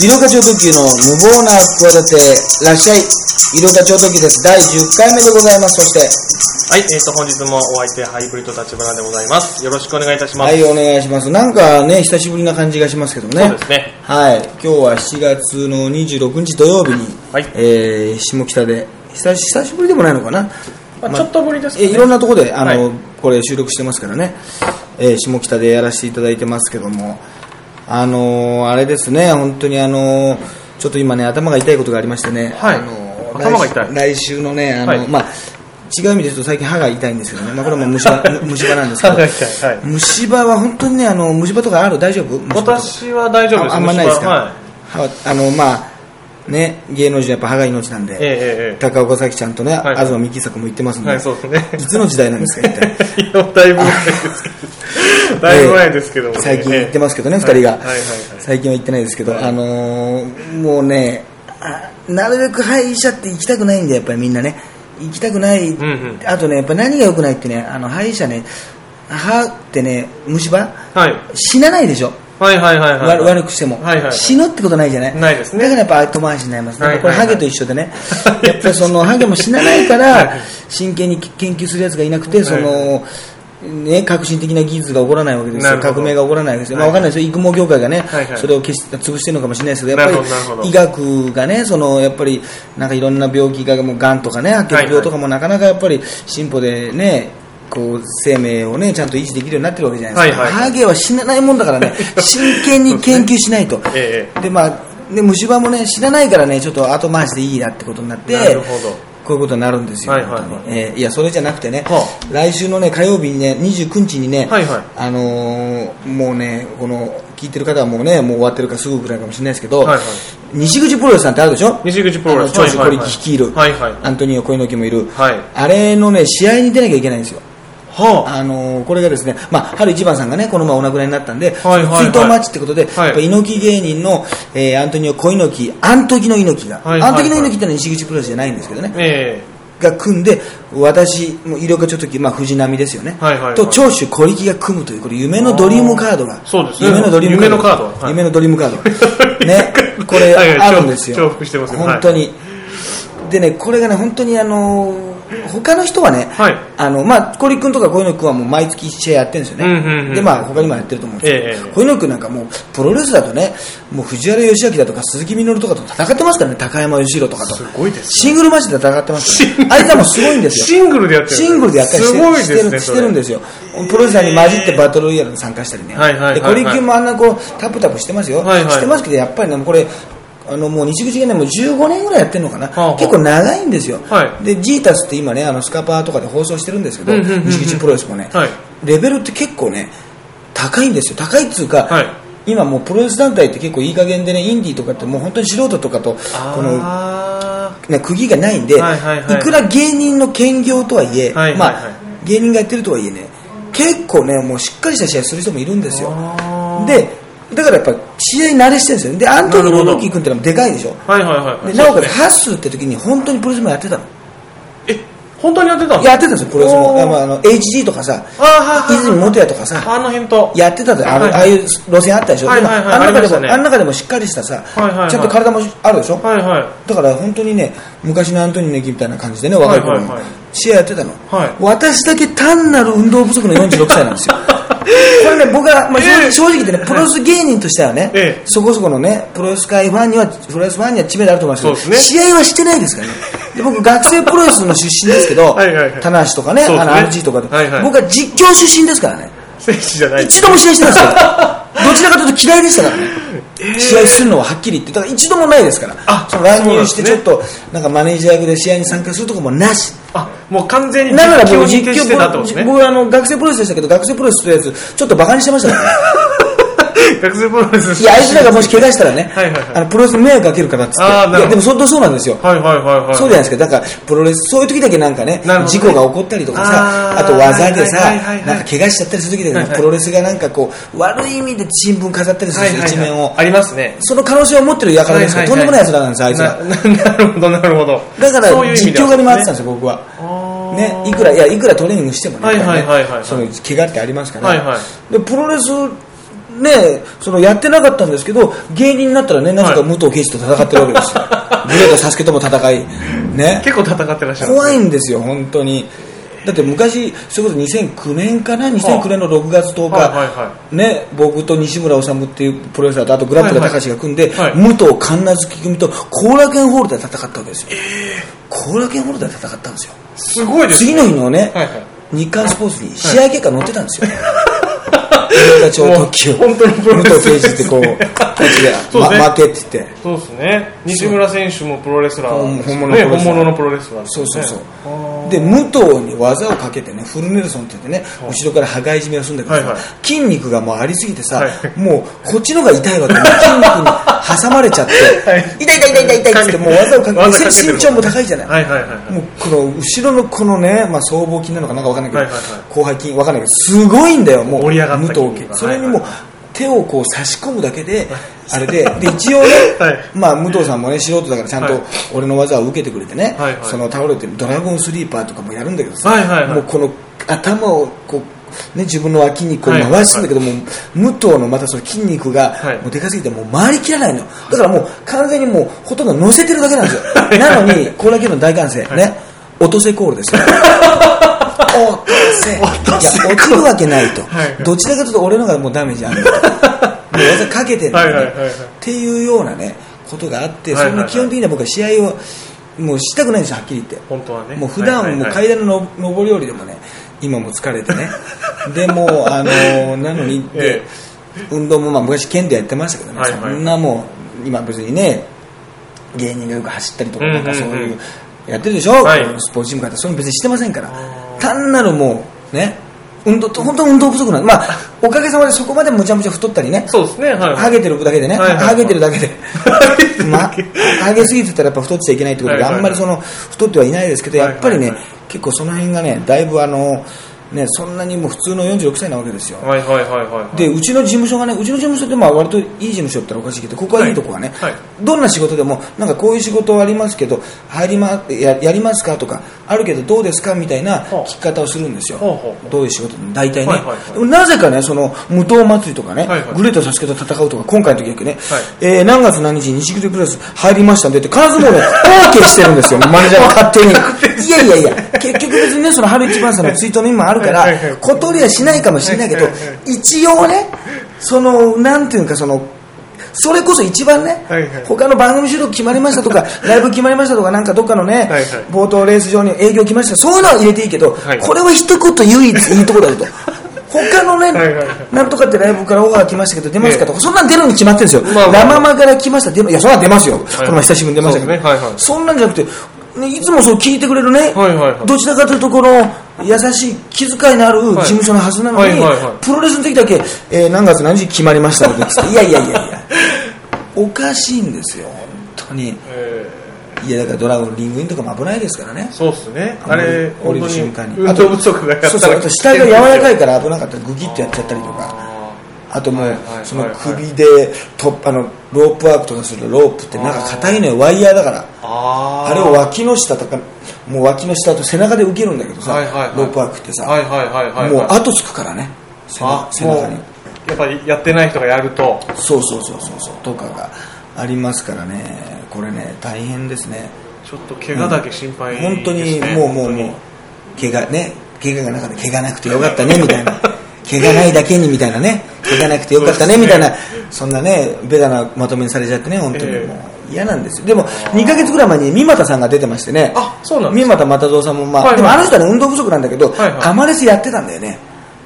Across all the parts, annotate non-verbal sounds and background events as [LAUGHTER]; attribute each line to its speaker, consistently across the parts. Speaker 1: 医療課長特急の無謀な企てらっしゃい医療課長特急です第10回目でございますそして
Speaker 2: はい、えっ、と、本日もお相手、ハイブリッド立花でございます。よろしくお願いいたしま
Speaker 1: は
Speaker 2: す。
Speaker 1: いお願いしますなんかね久しぶりな感じがしますけどね
Speaker 2: そうですね。
Speaker 1: はい今日は7月の26日土曜日に、
Speaker 2: はい
Speaker 1: えー下北で久し久しぶりでもないのかな
Speaker 2: まあ、ちょっとぶりです
Speaker 1: え
Speaker 2: け
Speaker 1: いろ
Speaker 2: どね。
Speaker 1: んなところであの、
Speaker 2: はい
Speaker 1: これ収録してますからね、えー下北でやらせていただいてますけどもあのーあれですね本当にあのーちょっと今ね頭が痛いことがありましてね、
Speaker 2: はい
Speaker 1: あのー
Speaker 2: 頭が痛
Speaker 1: 来
Speaker 2: い
Speaker 1: 来週のねあの、
Speaker 2: はい
Speaker 1: まあ違う意味で言うと最近歯が痛いんですけどね、まあ、これはもう虫
Speaker 2: [LAUGHS]
Speaker 1: 歯虫歯なんですけど
Speaker 2: 歯が痛いはい
Speaker 1: 虫歯は本当にねあの虫歯とかある大丈夫虫歯とか
Speaker 2: 私は大丈夫です。
Speaker 1: ああんまないですか、
Speaker 2: はい。
Speaker 1: はあのまあね芸能人はやっぱ歯が命なんで、
Speaker 2: えええええ
Speaker 1: 高岡早紀ちゃんとね、
Speaker 2: はい
Speaker 1: 東幹久子も言ってますん
Speaker 2: え
Speaker 1: で、
Speaker 2: はい、そうですね。
Speaker 1: いつの時代なんですか、一体。
Speaker 2: いや、だいぶ前ですけど。 [LAUGHS] だいぶ前ですけどもね、
Speaker 1: 最近言ってますけどね、
Speaker 2: ええ
Speaker 1: 二人が、
Speaker 2: はい、はい、はいはい。
Speaker 1: 最近は言ってないですけど、あのーもうね、あなるべく歯医者って行きたくないんだよ、やっぱりみんなね、行きたくない、
Speaker 2: んうん
Speaker 1: あとね、やっぱり何が良くないってね、あの歯医者ね、歯ってね、虫歯、
Speaker 2: はい、
Speaker 1: 死なないでしょ。
Speaker 2: はい、はい、はいはい。
Speaker 1: わ悪くしても、
Speaker 2: はい、はいはい。
Speaker 1: 死ぬってことないじゃない
Speaker 2: ないですね
Speaker 1: だからやっぱ後回しになりますね、
Speaker 2: はいはい
Speaker 1: これ
Speaker 2: はい
Speaker 1: ハゲと一緒で
Speaker 2: [LAUGHS]
Speaker 1: ね
Speaker 2: ハゲと一緒
Speaker 1: やっぱりそのハゲも死なないから
Speaker 2: はい
Speaker 1: 真剣に研究するやつがいなくてその、ね、革新的な技術が起こらないわけです
Speaker 2: な
Speaker 1: よ
Speaker 2: るほど
Speaker 1: 革命が起こらないわけですよ、まあ、わ
Speaker 2: はい
Speaker 1: かんないですよ育毛業界がね、
Speaker 2: はいはい
Speaker 1: それを消し潰してるのかもしれないですけどやっぱ
Speaker 2: なるほどなるほど
Speaker 1: り医学がねそのやっぱりなんかいろんな病気がもうがんとかね白血病とかもなかなかやっぱり進歩でねこう生命をねちゃんと維持できるようになってるわけじゃないですか、
Speaker 2: はいはいは
Speaker 1: ハ
Speaker 2: い
Speaker 1: ゲは死なないもんだから
Speaker 2: [LAUGHS]
Speaker 1: ね真剣に研究しないと、
Speaker 2: え
Speaker 1: でまあで虫歯もね知らないからねちょっと後回しでいいなってことになって
Speaker 2: なるほど
Speaker 1: こういうことになるんですよ、
Speaker 2: はいはいはい
Speaker 1: 本当にえーいやそれじゃなくてね、
Speaker 2: は
Speaker 1: 来週のね火曜日にね29日にね、
Speaker 2: はいはい
Speaker 1: あのーもうねこの聞いてる方はもうねもう終わってるかすぐぐらいかもしれないですけど、
Speaker 2: はいはい
Speaker 1: 西口プロレスさんってあるでしょ
Speaker 2: 西口プロレス
Speaker 1: あの長州
Speaker 2: はい
Speaker 1: 小力
Speaker 2: はいはい
Speaker 1: 率いる、
Speaker 2: はいはい
Speaker 1: アントニオ小猪木もいる、
Speaker 2: はい
Speaker 1: あれのね試合に出なきゃいけないんですよ
Speaker 2: は
Speaker 1: あのーこれがですね、まあ、春一番さんがねこのままお亡くなりになったんで、
Speaker 2: はいはいはい
Speaker 1: 追悼マッチってことで、
Speaker 2: はい
Speaker 1: やっぱ猪木芸人の、えーアントニオ小猪木アントキの猪木が、
Speaker 2: はいはいはい
Speaker 1: アントキの猪木ってのは西口プロレスじゃないんですけどね
Speaker 2: あ、え
Speaker 1: が組んで私もう医療課長の時、まあ、藤波ですよね、
Speaker 2: はいはいはい
Speaker 1: と長州小力が組むというこれ夢のドリームカードが
Speaker 2: あーそうですね
Speaker 1: 夢のドリーム
Speaker 2: 夢
Speaker 1: 夢のドリームカード、
Speaker 2: [LAUGHS]
Speaker 1: ねこ
Speaker 2: はい
Speaker 1: れ
Speaker 2: はい
Speaker 1: あるんですよ
Speaker 2: 重複してますよはい
Speaker 1: 本当に、でねこれがね本当にあのー他の人はね、
Speaker 2: はい
Speaker 1: あのまあ、小力君とか小猪君はもう毎月試合やってるんですよね、
Speaker 2: うんうんうん
Speaker 1: でまあ他にもやってると思うんですけど、
Speaker 2: ええ
Speaker 1: 小猪君なんかもうプロレスだとねもう藤原義明だとか鈴木みのるとかと戦ってますからね高山義郎とかと
Speaker 2: すごいですね
Speaker 1: シングルマッチで戦ってます
Speaker 2: シングル
Speaker 1: あいつはもうすごいん
Speaker 2: え
Speaker 1: ですよ
Speaker 2: シングルでやってる
Speaker 1: シングルでやったりして
Speaker 2: すごいですね
Speaker 1: してる
Speaker 2: そ
Speaker 1: し
Speaker 2: れ
Speaker 1: てるんですよ、プロレスラーに混じってバトルロイヤルに参加したりね、
Speaker 2: はいはいはいはい
Speaker 1: で小力もあんなこうタプタプしてますよ、
Speaker 2: はいはい
Speaker 1: してますけど、やっぱりね、これ、あのもう西口がね、もう15年ぐらいやってるのかな、
Speaker 2: あはあ
Speaker 1: 結構長いんですよ、
Speaker 2: はい
Speaker 1: でジータスって今ね、あのスカパーとかで放送してるんですけど、
Speaker 2: うんうんうんうん
Speaker 1: 西口プロレスもね、
Speaker 2: はい
Speaker 1: レベルって結構ね、高いんですよ、高いっつうか、
Speaker 2: はい
Speaker 1: 今、もうプロレス団体って結構いい加減でね、インディーとかって、もう本当に素人とかと、この
Speaker 2: あー
Speaker 1: ね、釘がないんで、
Speaker 2: はいはいはい
Speaker 1: くら芸人の兼業とはいえ、
Speaker 2: はいはいはい
Speaker 1: まあ、芸人がやってるとはいえね結構ねもうしっかりした試合する人もいるんですよ
Speaker 2: あー
Speaker 1: でだからやっぱ試合慣れしてるんですよでアントニ
Speaker 2: な
Speaker 1: オ
Speaker 2: るほど
Speaker 1: 猪木君ってのもでかいでしょ
Speaker 2: はいはいはいは
Speaker 1: で
Speaker 2: い。
Speaker 1: なおかつハッスルって時に本当にプロレスもやってたの
Speaker 2: え、本当にやってたの
Speaker 1: やってたんですよプロレスも
Speaker 2: おー
Speaker 1: あまああの HD とかさ
Speaker 2: あはいはいはい
Speaker 1: 泉元也とかさ
Speaker 2: あの辺と。
Speaker 1: やってたであの、
Speaker 2: はい
Speaker 1: ああいう路線あったでしょ、
Speaker 2: はいはいはい
Speaker 1: でもあの
Speaker 2: あ
Speaker 1: 中
Speaker 2: りま
Speaker 1: で
Speaker 2: した
Speaker 1: も、
Speaker 2: ね
Speaker 1: あの中でもしっかりしたさ、
Speaker 2: はいはいはい
Speaker 1: ちゃんと体もあるでしょ、
Speaker 2: はいはい。
Speaker 1: だから本当にね昔のアントニオ猪木みたいな感じでね若い頃
Speaker 2: はいはい
Speaker 1: に
Speaker 2: はい
Speaker 1: 試合やってたの、
Speaker 2: はい
Speaker 1: 私だけ単なる運動不足の46歳なん
Speaker 2: [LAUGHS]
Speaker 1: ですよこれね僕は、まあ
Speaker 2: ええ
Speaker 1: 正直言ってねプロレス芸人としてはね、
Speaker 2: ええ
Speaker 1: そこそこのねプロレス界ファンにはプロレスファンには知名度あると思いますけど
Speaker 2: そうです
Speaker 1: 試合はしてないですからねで僕学生プロレスの出身ですけど
Speaker 2: [LAUGHS] はいはいはい
Speaker 1: 棚橋とかね
Speaker 2: そうですね
Speaker 1: あの RG とかで、
Speaker 2: はいはい
Speaker 1: 僕は実況出身ですからね
Speaker 2: 選手じゃない。
Speaker 1: 一度も試合してないです
Speaker 2: [LAUGHS]
Speaker 1: からどちらかというと嫌いでしたからね、試合するのははっきり言ってだから一度もないですから
Speaker 2: あ
Speaker 1: その乱入してちょ
Speaker 2: そうな
Speaker 1: っ
Speaker 2: ん
Speaker 1: となんかマネージャー役で試合に参加するとこもなし
Speaker 2: あ、もう完全に実
Speaker 1: ながら
Speaker 2: 況
Speaker 1: 僕
Speaker 2: に
Speaker 1: 実
Speaker 2: 徹
Speaker 1: 況
Speaker 2: してたってことです
Speaker 1: 僕
Speaker 2: ね。 [LAUGHS]
Speaker 1: 僕あの学生プロレスでしたけど学生プロレスとりあえずちょっとバカにしてましたからね
Speaker 2: 学生プロレス
Speaker 1: いや、あいつらがもし怪我したらね、
Speaker 2: はいはいはい
Speaker 1: あのプロレスに迷惑かけるからっつって、い
Speaker 2: あーなるほど
Speaker 1: やでも本当そうなんですよ、
Speaker 2: はいはいはいは
Speaker 1: そ
Speaker 2: い。
Speaker 1: うじゃないですか、だからプロレス、そういう時だけなんかね、
Speaker 2: なるほど
Speaker 1: 事
Speaker 2: ね
Speaker 1: 故が起こったりとかさ、
Speaker 2: あ
Speaker 1: あ
Speaker 2: ー
Speaker 1: と技で
Speaker 2: は
Speaker 1: さ
Speaker 2: いはいはいは、い
Speaker 1: なんか怪我しちゃったりする時だ
Speaker 2: はい
Speaker 1: け
Speaker 2: はい
Speaker 1: ど、プロレスがなんかこう、悪い意味で新聞飾ったりする
Speaker 2: はいはいはい
Speaker 1: 一面を
Speaker 2: あ、りますね。
Speaker 1: その可能性を持ってる輩ですけど、とんでもない奴らなんですよ、あいつら。
Speaker 2: ななるほど、なるほど。
Speaker 1: だから
Speaker 2: そういう意味
Speaker 1: 実
Speaker 2: では
Speaker 1: 況がに回ってたんですよ、僕は。
Speaker 2: あー
Speaker 1: ね、いくらいやいくらトレーニングしてもね、
Speaker 2: はいはいはいはい
Speaker 1: やっぱりねその怪我ってありますから、
Speaker 2: はいは
Speaker 1: でプロレスねそのやってなかったんですけど芸人になったらねなぜか
Speaker 2: はい
Speaker 1: 武藤敬司と戦ってるわけ
Speaker 2: [LAUGHS]
Speaker 1: ですよ、ブレとサスケとも戦いね
Speaker 2: 結構戦ってらっしゃる。
Speaker 1: 怖い
Speaker 2: んで
Speaker 1: んですよ本当にだって昔それこそ2009年かな2009年の6月10日、
Speaker 2: はいはいは
Speaker 1: ね、僕と西村治っていうプロレスラーとあとグラップラー隆が組んで、
Speaker 2: はいはい
Speaker 1: 武藤神奈月組と後楽園ホールで戦ったわけですよ後楽園ホールで戦ったんですよ
Speaker 2: す。すごいですね。
Speaker 1: 次の日のね、
Speaker 2: はいはい。
Speaker 1: 日刊スポーツに試合結果載ってたんです
Speaker 2: [LAUGHS]
Speaker 1: よ、俺たちを特急
Speaker 2: もう本当にプロ
Speaker 1: 武
Speaker 2: レス
Speaker 1: 藤圭司って
Speaker 2: [LAUGHS]
Speaker 1: こう、
Speaker 2: ですね
Speaker 1: こっちで、
Speaker 2: そうですね
Speaker 1: ま負けって言って、
Speaker 2: そうですね。西村選手もプロレスラーですよ
Speaker 1: 本物のプ
Speaker 2: ね。
Speaker 1: ロレスラー
Speaker 2: 本物のプロレスラーです
Speaker 1: そ
Speaker 2: よ
Speaker 1: う
Speaker 2: ね。
Speaker 1: そうそう
Speaker 2: あー、
Speaker 1: で武藤に技をかけてね、フルネルソンって言ってね、後ろから羽交い締めをするんだけどさ、
Speaker 2: はいはい
Speaker 1: 筋肉がもうありすぎてさ、
Speaker 2: はい
Speaker 1: もうこっちのが痛いわけ、筋肉に挟まれちゃって、
Speaker 2: はい
Speaker 1: 痛い痛い痛い痛い痛いっつって、もう技をか
Speaker 2: 技
Speaker 1: け
Speaker 2: かけて
Speaker 1: て、
Speaker 2: る
Speaker 1: 身長も高いじゃない。
Speaker 2: はいはいはいはい。
Speaker 1: もうこの後ろのこのね、まあ、僧帽筋なのかなんかわかんないけど、
Speaker 2: はいはいはい
Speaker 1: 後背筋わかんないけどすごいんだよもう
Speaker 2: 盛り上がった
Speaker 1: 武藤
Speaker 2: 筋肉が
Speaker 1: それにもう、
Speaker 2: は
Speaker 1: 手をこう差し込むだけであれでで一応ね、
Speaker 2: [LAUGHS] はい
Speaker 1: まあ、武藤さんもね素人だからちゃん
Speaker 2: はい
Speaker 1: と俺の技を受けてくれてね、
Speaker 2: はいはい
Speaker 1: その倒れてるドラゴンスリーパーとかもやるんだけどさ、
Speaker 2: はいはいはい
Speaker 1: もうこの頭をこうね、自分の脇にこう回すんだけども、武藤のまたその筋肉が
Speaker 2: はい
Speaker 1: もうでかすぎてもう回りきらないのよだからもう完全にもうほとんど乗せてるだけなんですよなのに後楽園の大歓声ね落とせコールです
Speaker 2: [LAUGHS]
Speaker 1: よ落とせいや
Speaker 2: とせコール
Speaker 1: 落ちるわけないと、
Speaker 2: はい
Speaker 1: どちらかというと俺のがもうダメージあるともう技かけてるのに
Speaker 2: はいはいはいはい
Speaker 1: っていうようなねことがあって
Speaker 2: は
Speaker 1: そ
Speaker 2: いはいはい
Speaker 1: の基本的には僕は試合をもうしたくないんですよはっきり言って
Speaker 2: 本当はね。
Speaker 1: もう普段もう階段の上上り下りでもね今もう疲れて
Speaker 2: [LAUGHS]
Speaker 1: ねでもうあのーなのにで
Speaker 2: え
Speaker 1: 運動もまあ昔剣でやってましたけどね、
Speaker 2: はいはい
Speaker 1: そんなもう今別にね芸人がよく走ったりとか
Speaker 2: うんうん
Speaker 1: な
Speaker 2: うん
Speaker 1: んかそういうやってるでしょ、
Speaker 2: はい
Speaker 1: スポーツジムからそれも別にしてませんか
Speaker 2: あ
Speaker 1: ら
Speaker 2: ー
Speaker 1: 単なるもうね運動本当運動不足なんでまあおかげさまでそこまでむちゃむちゃ太ったりね
Speaker 2: そうですね。はい。
Speaker 1: ハゲてるだけでね、
Speaker 2: はいはいはい
Speaker 1: ハゲてるだ
Speaker 2: [LAUGHS]
Speaker 1: けで、ま
Speaker 2: ハゲてるだ
Speaker 1: ハゲすぎてたらやっぱ太っちゃいけないってことで、
Speaker 2: はいはい
Speaker 1: あんまりその太ってはいないですけど、やっぱりね、
Speaker 2: はいはいは
Speaker 1: 結構その辺がね、だいぶあの、ね、そんなにもう普通の46歳なわけですよ。
Speaker 2: はいはいはいはいはい。
Speaker 1: で、うちの事務所がね、うちの事務所ってまあ割といい事務所って言ったらおかしいけど、ここはいいとこはね、
Speaker 2: はいはい
Speaker 1: どんな仕事でも、なんかこういう仕事ありますけど、入りま、ややりますかとか、あるけどどうですかみたいな
Speaker 2: ほう
Speaker 1: 聞き方をするんですよ。
Speaker 2: ほうほう
Speaker 1: どういう仕事でも大体ね。
Speaker 2: はいはいはい
Speaker 1: でもなぜかね、その、無党祭りとかね、
Speaker 2: はいはい
Speaker 1: グレートサスケと戦うとか、今回の時だけね、えー何月何日に西口プレス入りましたんでって、必ずもうね、OK してるんですよ、マネージャーが勝手
Speaker 2: [LAUGHS]
Speaker 1: に。いやいやいや、結局別にね、その春一番さんのツイートの今あるか
Speaker 2: はいはいは
Speaker 1: ら
Speaker 2: い、
Speaker 1: 断りはしないかもしれないけど
Speaker 2: はいはいはい、
Speaker 1: 一応ね、その、なんていうか、その、それこそ一番ね、
Speaker 2: はいはい
Speaker 1: 他の番組収録決まりましたと
Speaker 2: [LAUGHS]
Speaker 1: か、ライブ決まりましたとか、なんかどっかのね、
Speaker 2: はい
Speaker 1: 冒頭レース場に営業来ました、そういうのは入れていいけど、
Speaker 2: はい
Speaker 1: これは一言唯一いいとこだよ
Speaker 2: [LAUGHS]
Speaker 1: と。他のね、
Speaker 2: はいはいはい
Speaker 1: なんとかってライブからオファー来ましたけど出ますかとか、そんなん出るに決まってるんですよ、
Speaker 2: まあまあ
Speaker 1: ラママから来ました出まいやそんなん出ますよ、この前久しぶりに出ましたけど
Speaker 2: そうですねはいはい
Speaker 1: そんなんじゃなくて、ね、いつもそう聞いてくれるね、
Speaker 2: はいはいはい
Speaker 1: どちらかというとこの優しい気遣いのある事務所のはずなのに、
Speaker 2: はいはいはいはい
Speaker 1: プロレスの時だけ、えー何月何日決まりましたので来
Speaker 2: [LAUGHS]
Speaker 1: ていやいやいやいやおかしいんですよ本当に
Speaker 2: えー
Speaker 1: いやだからドラゴンリングインとかも危ないですからね
Speaker 2: そうですね。あれ、
Speaker 1: 降り
Speaker 2: 本当
Speaker 1: る瞬
Speaker 2: に
Speaker 1: 間に
Speaker 2: 運動不足がやったら
Speaker 1: そうそうあと下が柔らか
Speaker 2: い。
Speaker 1: いから危なかったらグギッとやっちゃったりとかあとも
Speaker 2: はいうはいはいはい
Speaker 1: その首でとあのロープワークとかするロープってなんか硬いのよワイヤーだから
Speaker 2: あー
Speaker 1: あれを脇の下とかもう脇の下と背中で受けるんだけどさ
Speaker 2: はいはいはい
Speaker 1: ロープワークって
Speaker 2: は
Speaker 1: さ
Speaker 2: いはいはいはいはい。
Speaker 1: もう後つくからね背中
Speaker 2: あ、
Speaker 1: 背中に
Speaker 2: もうやっぱりやってない人がやると。
Speaker 1: そうそうそうそうそうとかがありますからねこれね大変ですね
Speaker 2: ちょっと怪我だけ心配ですね、
Speaker 1: 本当にもうもうもう怪我ね怪我がなかった怪我なくてよかった
Speaker 2: [LAUGHS]
Speaker 1: ねみたいな怪我ないだけにみたいなね怪我なくてよかったね
Speaker 2: そうですね
Speaker 1: みたいなそんなねベタなまとめにされちゃってね本当に
Speaker 2: ええ
Speaker 1: もう嫌なんですよでも2ヶ月ぐらい前に三股さんが出てましてね
Speaker 2: あそうなんで
Speaker 1: 三
Speaker 2: す
Speaker 1: 股又蔵さんもまあ、
Speaker 2: はいはい
Speaker 1: でもあの人はね運動不足なんだけど、
Speaker 2: はいはい
Speaker 1: アマレスやってたんだよね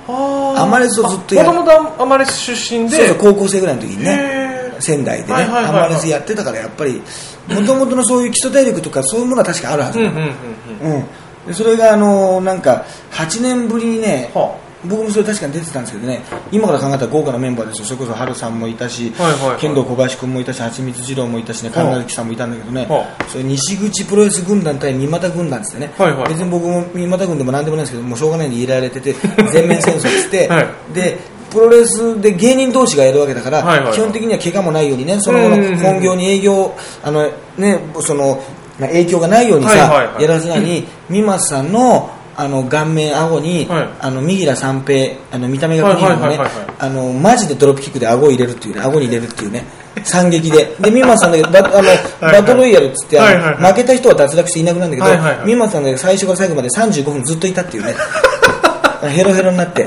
Speaker 2: あ
Speaker 1: アマレスをずっとやる
Speaker 2: もともとアマレス出身で。
Speaker 1: そうそう高校生ぐらいの時に
Speaker 2: へ
Speaker 1: ね
Speaker 2: ー
Speaker 1: 仙台でね、
Speaker 2: はいはいはいはい
Speaker 1: アマレスやってたからやっぱりもともとのそういう基礎体力とかそういうものは確かあるはず
Speaker 2: うんうんうんうん。
Speaker 1: うん、でそれがあのなんか8年ぶりにね、
Speaker 2: は
Speaker 1: 僕もそれ確かに出てたんですけどね今から考えたら豪華なメンバーですよそれこそ春さんもいたし、
Speaker 2: はいはいはい
Speaker 1: 剣道小林君もいたし蜂蜜二郎もいたしね神奈月さんもいたんだけどね、
Speaker 2: は
Speaker 1: それ西口プロレス軍団対三股軍団っつってね、
Speaker 2: はいはい
Speaker 1: 別に僕も三股軍でも何でもないんですけどもうしょうがないんで入れられてて全面戦争っつって、
Speaker 2: [LAUGHS] はい
Speaker 1: でプロレスで芸人同士がやるわけだから、
Speaker 2: はいはいはい
Speaker 1: 基本的には怪我もないようにねその
Speaker 2: うんうんうん
Speaker 1: 本業に営業あの、ね、そのな影響がないようにさ、
Speaker 2: はいはいはい
Speaker 1: やらせないに美馬さんのあの顔面顎に、
Speaker 2: はい
Speaker 1: あの三平三平あの見た目がいいの
Speaker 2: は
Speaker 1: ね
Speaker 2: いはいはいはい
Speaker 1: あのマジでドロップキックで顎入れるっていうね顎に入れるっていうね惨劇でで美馬さんだけバあの
Speaker 2: いはい
Speaker 1: バトロイヤルっつってあの
Speaker 2: はいはいはい
Speaker 1: 負けた人は脱落していなくなるんだけど、
Speaker 2: はいはいはい
Speaker 1: 美馬さんが最初から最後まで35分ずっといたっていうねヘロヘロにな
Speaker 2: [LAUGHS]
Speaker 1: って。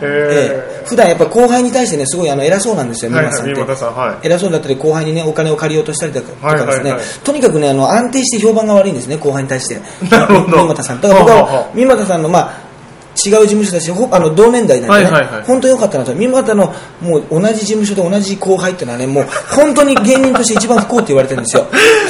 Speaker 2: え
Speaker 1: ええ普段やっぱ後輩に対してねすごいあの偉そうなんですよ、
Speaker 2: はい
Speaker 1: 美
Speaker 2: はい
Speaker 1: 馬さんって
Speaker 2: 美馬さんはい
Speaker 1: 偉そうだったり後輩にねお金を借りようとしたりだとかですね、
Speaker 2: はいはいはい
Speaker 1: とにかくねあの安定して評判が悪いんですね後輩に対して
Speaker 2: なるほど
Speaker 1: 美馬さんだから僕
Speaker 2: はあは
Speaker 1: は
Speaker 2: あ
Speaker 1: 美馬さんのまあ違う事務所だしほあの同年代なんでね、
Speaker 2: はいはいはい
Speaker 1: 本当に良かったなと美馬のもう同じ事務所で同じ後輩ってのはねもう本当に芸人として一番不幸って言われてるん
Speaker 2: [LAUGHS]
Speaker 1: ですよ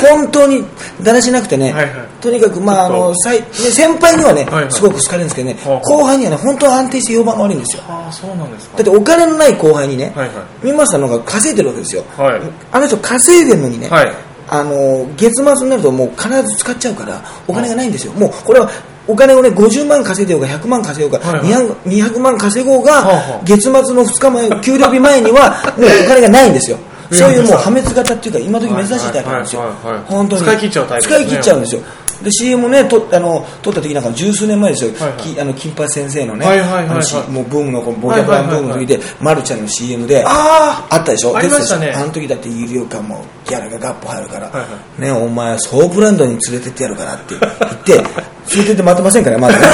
Speaker 1: 本当にだらしなくてね、
Speaker 2: はいはい
Speaker 1: とにかくまああ
Speaker 2: ちょっ
Speaker 1: の
Speaker 2: と
Speaker 1: さいね先輩にはね、
Speaker 2: はいはい
Speaker 1: すごく好かれるんですけどね
Speaker 2: はあはあ
Speaker 1: 後輩にはね本当は安定して評判が悪いんですよ
Speaker 2: ー、ああそうなんですか
Speaker 1: だってお金のない後輩にね、
Speaker 2: はいはい
Speaker 1: 三村さんの方が稼いでるわけですよ、
Speaker 2: はい
Speaker 1: あの人稼いでるのにね、
Speaker 2: はい
Speaker 1: あの月末になるともう必ず使っちゃうからお金がないんですよ、もうこれはお金をね50万稼いでようが100万稼いでようが、
Speaker 2: はいは
Speaker 1: 200, 200万稼ごうが、
Speaker 2: はあはあ
Speaker 1: 月末の2日前給料日前に
Speaker 2: [LAUGHS]
Speaker 1: は、ね、お金がないんですよそういうもう破滅型っていうか今時珍しいタイプなんですよ
Speaker 2: はいはいはいはい
Speaker 1: 本当に
Speaker 2: 使い切っちゃうタイプです
Speaker 1: 使
Speaker 2: ね
Speaker 1: い切っちゃうんですよで CM ねとあの撮った時なんか十数年前ですよ、
Speaker 2: はいはい
Speaker 1: きあの金八先生のね、
Speaker 2: はいはいはいはい
Speaker 1: あのしもうブームのこのボキャブランブームの時で、マルちゃんの CM で
Speaker 2: あ
Speaker 1: あったでしょ
Speaker 2: ありました
Speaker 1: 出
Speaker 2: ね
Speaker 1: てでょあの時だって有料感もギャラがガッポ入るから、
Speaker 2: はいは
Speaker 1: ね、お前はソープランドに連れてってやるからって言って連れてってもらってませんからねまだね
Speaker 2: [LAUGHS]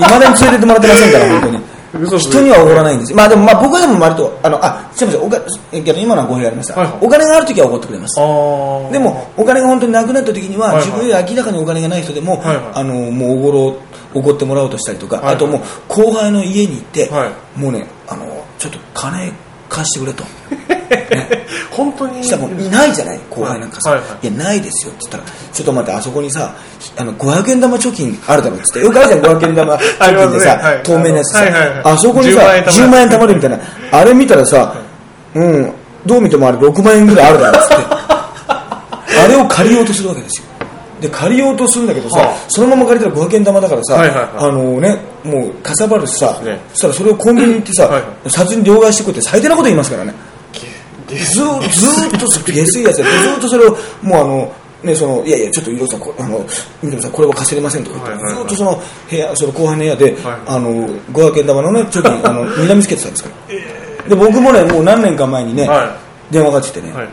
Speaker 1: いまだに連れてってもらってませんから本当
Speaker 2: 嘘
Speaker 1: に
Speaker 2: です
Speaker 1: 人にはおごらないんですまあでもまあ僕はでも割とあのあすいませんおかえ逆に今のは語弊ありました、
Speaker 2: はいはい
Speaker 1: お金がある時はおごってくれます
Speaker 2: あー
Speaker 1: でもお金が本当になくなった時には、
Speaker 2: はいはい
Speaker 1: 自分より明らかにお金がない人でも、
Speaker 2: はいはい
Speaker 1: あのもうおごろおごってもらおうとしたりとか、
Speaker 2: はいはい
Speaker 1: あともう後輩の家に行って、
Speaker 2: は
Speaker 1: もうねあのちょっと金貸してくれと
Speaker 2: 本当に
Speaker 1: そしたらもういないじゃない後輩なんかさ、
Speaker 2: はいいはい
Speaker 1: やないですよって言ったらちょっと待ってあそこにさあの500円玉貯金あるだろっつってよくあるじゃん500円玉貯
Speaker 2: [LAUGHS] ありま
Speaker 1: 金です
Speaker 2: ね
Speaker 1: さ、
Speaker 2: はい
Speaker 1: 透明なやつさ、
Speaker 2: はいはいはい
Speaker 1: あそこにさ
Speaker 2: 10
Speaker 1: 10
Speaker 2: 万
Speaker 1: 万
Speaker 2: 円
Speaker 1: 円貯
Speaker 2: 貯ま
Speaker 1: ま
Speaker 2: る
Speaker 1: るみたいなあれ見たらさ、うんどう見てもあれ6万円ぐらいあるだろっつ
Speaker 2: [LAUGHS]
Speaker 1: ってあれを借りようとするわけですよで借りようとするんだけどさ、
Speaker 2: はあ
Speaker 1: そのまま借りたら500円玉だからさ、
Speaker 2: はいはいはい
Speaker 1: あのねもうかさばるしさ、
Speaker 2: ね
Speaker 1: そしたらそれをコンビニに行ってさ、
Speaker 2: はいは
Speaker 1: 殺人両替してこいって最低なこと言いますからねずーずーっとそ下水やつでずーっとそれをもうあのねそのいやいやちょっと色さんこあの三上さんこれは稼げませんとか言って、
Speaker 2: はいはいはい
Speaker 1: ずーっとその部屋その後半の部屋で、
Speaker 2: はい
Speaker 1: あの五百円玉のねちょっとあの睨みつけてたんですから。で僕もねもう何年か前にね、
Speaker 2: は
Speaker 1: 電話が来てね、
Speaker 2: はいは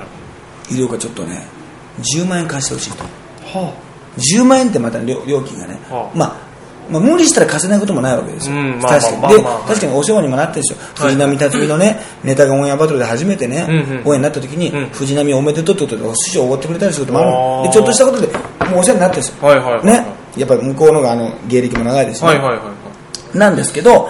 Speaker 2: い
Speaker 1: 医療がちょっとね10万円貸してほしいと
Speaker 2: は
Speaker 1: 10万円ってまた料料金がね、
Speaker 2: はあ
Speaker 1: まあまあ、無理したら貸せないこともないわけですよ、
Speaker 2: うんまあ
Speaker 1: 確か
Speaker 2: まあ
Speaker 1: にで
Speaker 2: まあまあ
Speaker 1: 確かにお世話にもなってるんですよ、
Speaker 2: はい
Speaker 1: 藤波辰巳のねネタがオンエアバトルで初めてね、
Speaker 2: うんうん
Speaker 1: オンエアになった時に、
Speaker 2: うん
Speaker 1: 藤波おめでとうってことでお寿司をおごってくれたりすることもある
Speaker 2: あー
Speaker 1: でちょっとしたことでもうお世話になってるんですよ、
Speaker 2: はいはいはい
Speaker 1: ね、やっぱり向こうのがあの芸歴も長いですし、
Speaker 2: はいはいはいはい
Speaker 1: なんですけど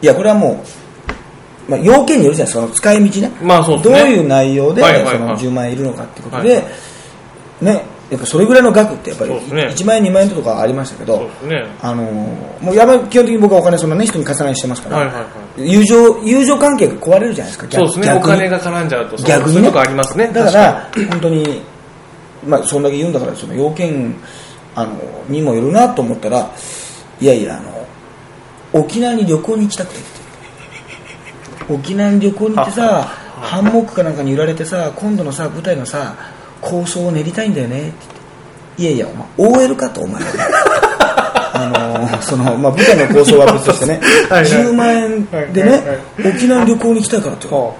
Speaker 1: いやこれはもう、まあ、要件によるじゃないですかその使い道ね,、
Speaker 2: まあそうですね
Speaker 1: どういう内容で、
Speaker 2: はいはいはい
Speaker 1: その10万円いるのかってことで、
Speaker 2: はいはい
Speaker 1: ねやっぱそれぐらいの額ってやっぱり
Speaker 2: そうですね
Speaker 1: 1万円2万円とかありましたけ
Speaker 2: そう
Speaker 1: ど
Speaker 2: ですね
Speaker 1: あのーもうやばい基本的に僕はお金そんなね人に貸さないようにしてますから、
Speaker 2: はいはいはい
Speaker 1: 友情友情関係が壊れるじゃないですか
Speaker 2: そう
Speaker 1: 逆
Speaker 2: ですね
Speaker 1: 逆
Speaker 2: お
Speaker 1: に
Speaker 2: 金が絡んじゃうとそう
Speaker 1: 逆
Speaker 2: そう
Speaker 1: にね
Speaker 2: いうとこありますね
Speaker 1: だから本当にまあそんだけ言うんだからその要件あのにもよるなと思ったらいやいやあの沖縄に旅行に行きたくてって沖縄に旅行に行ってさハンモックかなんかに揺られてさ今度のさ舞台のさ構想を練りたいんだよねって言っていやいやお前 OL かとお
Speaker 2: [LAUGHS]
Speaker 1: 前あのそのまあ舞台の構想は別としてね
Speaker 2: はいはい
Speaker 1: 10万円で
Speaker 2: は
Speaker 1: ね
Speaker 2: いはい
Speaker 1: 沖縄に旅行に行きたいからって
Speaker 2: は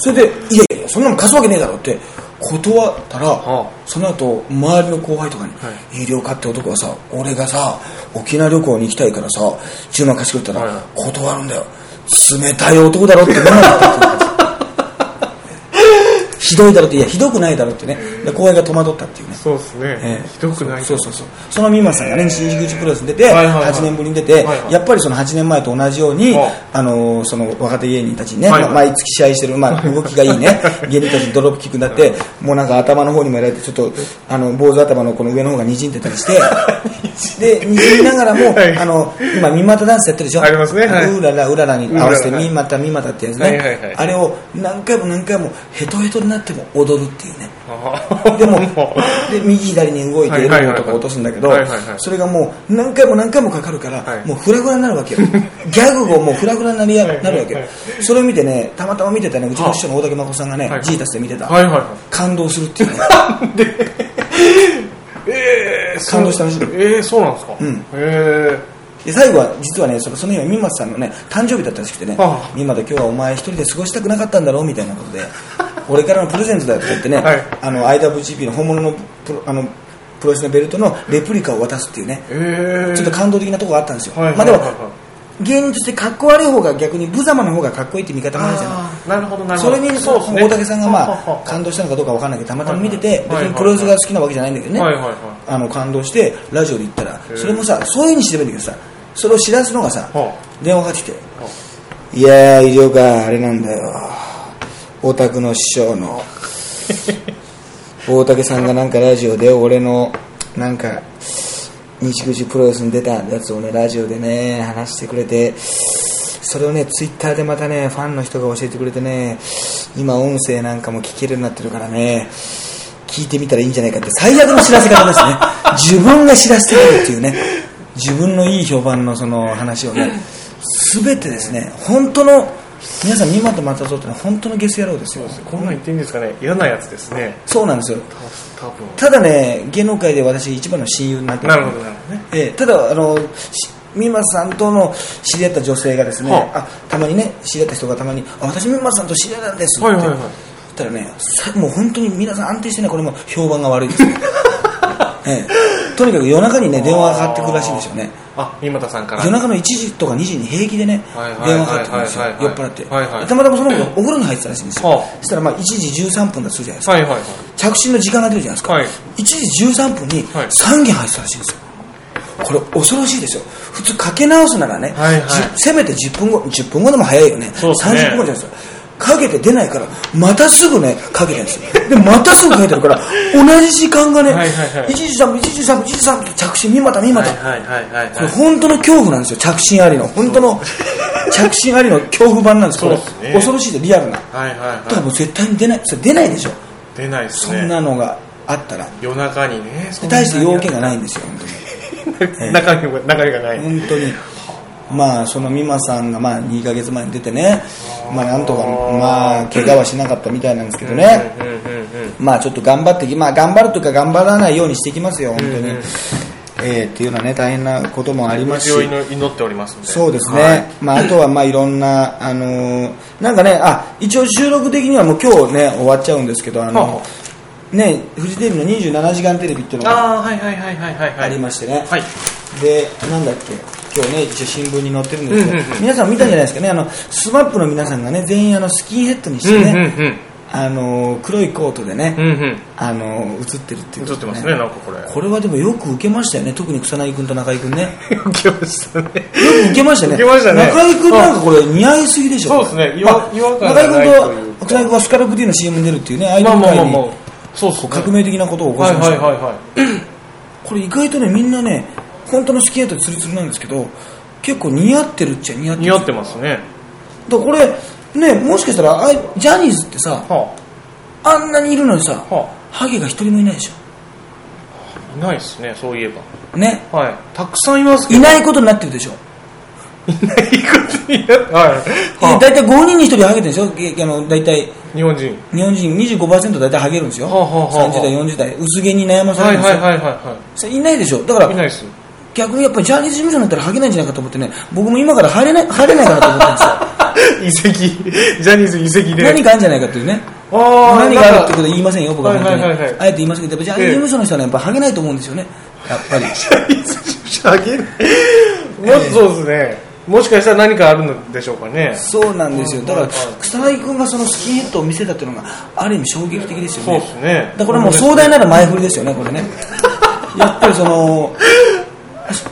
Speaker 1: それで、いやいや、そんなの貸すわけねえだろって断ったら、
Speaker 2: はあ
Speaker 1: その後、周りの後輩とかに、
Speaker 2: は
Speaker 1: 有料化って男はさ、俺がさ、沖縄旅行に行きたいからさ、10万貸してくれたら、
Speaker 2: はいはい
Speaker 1: 断
Speaker 2: [LAUGHS]
Speaker 1: るんだよ。冷たい男だろってみんなに言ったって言うんですよひどいだろって、いや、ひどくないだろってね、で後輩が戸惑ったっていうね。
Speaker 2: そうですね、
Speaker 1: ええ
Speaker 2: ひどくない
Speaker 1: そうそうそうその美馬さんがね新宿口プロレスに出て
Speaker 2: はいはいはい
Speaker 1: 8年ぶりに出て
Speaker 2: はいはい
Speaker 1: やっぱりその8年前と同じように
Speaker 2: はい
Speaker 1: あのーその若手芸人たちにね
Speaker 2: はいはい
Speaker 1: まあ毎月試合してるまあ動きがいい
Speaker 2: [LAUGHS]
Speaker 1: ね芸人たちにドロップキックになってもうなんか頭の方にもやられてちょっとあの坊主頭のこの上の方がにじんでたりしてでにじみながらも
Speaker 2: はい
Speaker 1: あの今三股ダンスやってるでしょ
Speaker 2: ありますねはいう
Speaker 1: ららうららに合わせて
Speaker 2: うららはい
Speaker 1: 三股三股ってやつ
Speaker 2: はいはいは
Speaker 1: ね
Speaker 2: い
Speaker 1: あれを何回も何回もヘトヘトになっても踊るっていうね
Speaker 2: あー [LAUGHS]
Speaker 1: でもで右左に動いてエルボーとか落とすんだけど
Speaker 2: はいはいはいはい
Speaker 1: それがもう何回も何回もかかるから、
Speaker 2: はい
Speaker 1: もうフラグラになるわけ
Speaker 2: [LAUGHS]
Speaker 1: よギャグをもうフラグラになりや
Speaker 2: はい
Speaker 1: なるわけよ
Speaker 2: はい
Speaker 1: それを見てねたまたま見てたねうちの師匠の大竹真子さんがね、
Speaker 2: はい
Speaker 1: ジータスで見てた、
Speaker 2: はいはいは
Speaker 1: 感動するっていう
Speaker 2: [LAUGHS]
Speaker 1: ね
Speaker 2: いでええ
Speaker 1: 感動したらしい
Speaker 2: ええそうなんですか、
Speaker 1: ん
Speaker 2: え
Speaker 1: で最後は実はねそのその日は三松さんのね誕生日だったらしくてね
Speaker 2: ああ
Speaker 1: 三松今日はお前一人で過ごしたくなかったんだろうみたいなこと
Speaker 2: [LAUGHS]
Speaker 1: で俺からのプレゼントだよとか言ってね、
Speaker 2: はい
Speaker 1: あの IWGP の本物のプロあのプロレスのベルトのレプリカを渡すっていうね
Speaker 2: えええ
Speaker 1: ちょっと感動的なとこがあったんですよ、
Speaker 2: はい
Speaker 1: まあでも
Speaker 2: はいはいは
Speaker 1: 芸人としてかっこ悪い方が逆に無様な方がかっこいいって見方もあるじゃない
Speaker 2: あーなるほどなるほ
Speaker 1: そ
Speaker 2: ど
Speaker 1: れに
Speaker 2: そうですね
Speaker 1: 大竹さんがま
Speaker 2: ははは
Speaker 1: あ感動したのかどうかわかんないけどたまたま見てて
Speaker 2: はい
Speaker 1: 別
Speaker 2: はい
Speaker 1: にプロレスが好きなわけじゃないんだけどね
Speaker 2: はいはいはい
Speaker 1: あの感動してラジオで言ったら
Speaker 2: ー
Speaker 1: それもさそういうふうにしてればいいんだけどさそれを知らすのがさ
Speaker 2: は
Speaker 1: 電話が来て「いやー医療かあれなんだよお宅の師匠
Speaker 2: [LAUGHS]
Speaker 1: の大竹さんがなんかラジオで俺のなんか西口プロレスに出たやつをねラジオでね話してくれてそれをねツイッターでまたねファンの人が教えてくれてね今音声なんかも聞けるようになってるからね聞いてみたらいいんじゃないかって最悪の知らせ方ですね自分が知らせてくれるっていうね自分のいい評判のその話をね全てですね本当の皆さん今とまたぞってのは本当のゲス野郎ですよ
Speaker 2: こんなん言っていいんですかね嫌なやつですね
Speaker 1: そうなんですよ
Speaker 2: 多分
Speaker 1: ただね芸能界で私一番の親友になって
Speaker 2: なるほどなるほどね
Speaker 1: ええただあのし美馬さんとの知り合った女性がですね、
Speaker 2: はあ
Speaker 1: あ、たまにね知り合った人がたまに「あ私美馬さんと知り合いなんです」って
Speaker 2: はい
Speaker 1: 言
Speaker 2: は
Speaker 1: っ
Speaker 2: い
Speaker 1: て、
Speaker 2: はい
Speaker 1: たらねさもう本当に皆さん安定してねこれも評判が悪い
Speaker 2: [LAUGHS]
Speaker 1: です、ねええとにかく夜中にね電話がかかってくるらしいんですよね
Speaker 2: あ三股さんから
Speaker 1: 夜中の1時とか2時に平気でね
Speaker 2: はいはい
Speaker 1: 電話かかってくるんですよ
Speaker 2: はいはい
Speaker 1: 酔
Speaker 2: は
Speaker 1: っ
Speaker 2: い
Speaker 1: 払って、
Speaker 2: はいはい
Speaker 1: たまたまその子がお風呂に入ってたらしいんですよ、
Speaker 2: はあ
Speaker 1: そしたらまあ1時13分だとするじゃないですか、
Speaker 2: はいはいはい
Speaker 1: 着信の時間が出るじゃないですか、
Speaker 2: はい
Speaker 1: 1時13分に
Speaker 2: はい
Speaker 1: 3件入ってたらしいんですよ、これ恐ろしいですよ普通かけ直すならね、
Speaker 2: はいはい
Speaker 1: じせめて10分後10分後でも早いよね
Speaker 2: そうですね
Speaker 1: 30分後じゃないですかかけて出ないからまたすぐねかけてるんですよでまたすぐかけてる
Speaker 2: [LAUGHS]
Speaker 1: から同じ時間がね、
Speaker 2: はいはいはい
Speaker 1: 1時3分1時3分1時3分着信見また見また、
Speaker 2: はいはいはい
Speaker 1: これ本当の恐怖なんですよ着信ありの本当の着信ありの恐怖版なんですこれ
Speaker 2: そうですね
Speaker 1: 恐ろしいですリアルな
Speaker 2: はいはい
Speaker 1: だから
Speaker 2: は
Speaker 1: もう絶対に出ないそれ出ないでしょ
Speaker 2: い出ないです
Speaker 1: そ
Speaker 2: ね
Speaker 1: んなのがあったら
Speaker 2: 夜中にね
Speaker 1: で大して要件
Speaker 2: が
Speaker 1: がないんですよ本
Speaker 2: 中身が中身がな
Speaker 1: 当
Speaker 2: い
Speaker 1: に本当にまあその美馬さんがまあ2ヶ月前に出てねまあなんとかまあ怪我はしなかったみたいなんですけどね
Speaker 2: うんうんうん
Speaker 1: まあちょっと頑張ってきまあ頑張るというか頑張らないようにしていきますよ本当に、えーっていうのはね大変なこともありますし
Speaker 2: 強いの祈っておりますんで
Speaker 1: そうですね、
Speaker 2: はい
Speaker 1: まあ、あとはまあいろんな、あのーなんかねあ、一応収録的にはもう今日ね終わっちゃうんですけど、あ
Speaker 2: はあ
Speaker 1: の
Speaker 2: は
Speaker 1: ね、フジテレビの27時間テレビっていうのが
Speaker 2: ああはいはいはいはいはいはい
Speaker 1: ありましてね、
Speaker 2: はい
Speaker 1: でなんだっけ、今日ね、一応新聞に載ってるんですけど、
Speaker 2: うんうんうん
Speaker 1: 皆さん見たんじゃないですかね、あの SMAP の皆さんがね全員あのスキンヘッドにしてね、
Speaker 2: うんうん
Speaker 1: あのー黒いコートでね、
Speaker 2: うんうん
Speaker 1: あのー映ってるっていう
Speaker 2: 映
Speaker 1: こ
Speaker 2: って
Speaker 1: と
Speaker 2: ますねなんかこれ
Speaker 1: これはでもよく受けましたよね、特に草薙君と中居君
Speaker 2: [LAUGHS]
Speaker 1: ね。
Speaker 2: 受けましたね
Speaker 1: よく受けましたね。
Speaker 2: 受けましたね
Speaker 1: 中居君なんかこれ似合いすぎでしょ。
Speaker 2: そうですね違
Speaker 1: ま
Speaker 2: 和
Speaker 1: あ
Speaker 2: 違和感
Speaker 1: 中
Speaker 2: が
Speaker 1: 居
Speaker 2: ないとい
Speaker 1: 君
Speaker 2: う
Speaker 1: と
Speaker 2: か
Speaker 1: 草薙君はスカルプ D の CM に出るっていうね、アイド
Speaker 2: まあ
Speaker 1: ル
Speaker 2: まあ
Speaker 1: 界
Speaker 2: まあ
Speaker 1: に
Speaker 2: まあそうっすね
Speaker 1: 革命的なことを起こ
Speaker 2: は
Speaker 1: し
Speaker 2: い
Speaker 1: ました
Speaker 2: はい
Speaker 1: よ。
Speaker 2: はいはい
Speaker 1: これ意外とね、みんなね、本当のスキンヘッドツルツルなんですけど、結構似合ってるっちゃ似合ってる。
Speaker 2: 似
Speaker 1: だ
Speaker 2: 合
Speaker 1: か
Speaker 2: ってますね
Speaker 1: らこれ、ね、もしかしたら、あいジャニーズってさ、
Speaker 2: は
Speaker 1: あんなにいるのにさ
Speaker 2: あ、は
Speaker 1: ハゲが一人もいないでし
Speaker 2: あいないですねそういえば
Speaker 1: ょ。ね。
Speaker 2: はいたくさんいますけ
Speaker 1: い
Speaker 2: ど
Speaker 1: ないことになってるでしょ。
Speaker 2: いないことになはい
Speaker 1: だい
Speaker 2: は
Speaker 1: たい5人に1人ハゲてるでしょげあの。だいたい
Speaker 2: あ日本人
Speaker 1: 日本人25%大体ハゲるんですよ、
Speaker 2: はあはあはあ
Speaker 1: 30代、40代、薄毛に悩まさ
Speaker 2: は
Speaker 1: れ
Speaker 2: い
Speaker 1: るんですよ、
Speaker 2: はいはいはいは
Speaker 1: それいないでしょ、だか
Speaker 2: いい
Speaker 1: ら
Speaker 2: ないです
Speaker 1: 逆にやっぱりジャニーズ事務所になったらハゲないんじゃないかと思ってね、僕も今から入れない入れないかなと思ってるん
Speaker 2: [LAUGHS]
Speaker 1: ですよ、
Speaker 2: 遺跡ジャニーズ遺跡で
Speaker 1: 何かあるんじゃないかっていうね、
Speaker 2: ああ
Speaker 1: 何があるってことは言いませんよ、僕は本当に、
Speaker 2: はいはいはいはい
Speaker 1: あえて言いますけど、やっぱジャニーズ事務所の人は、ね、やっぱハゲないと思うんですよね、やっぱり。
Speaker 2: ジャニーズ事務所あげるまずそうですねもしかしたら何かあるのでしょうかね。
Speaker 1: そうなんですよ、だから
Speaker 2: はいはい
Speaker 1: 草薙君がそのスキンヘッドを見せたっていうのが、ある意味衝撃的ですよ
Speaker 2: そう
Speaker 1: ね、
Speaker 2: ですね。
Speaker 1: だからこれもう壮大なる前振りですよね、これね、やっぱりその、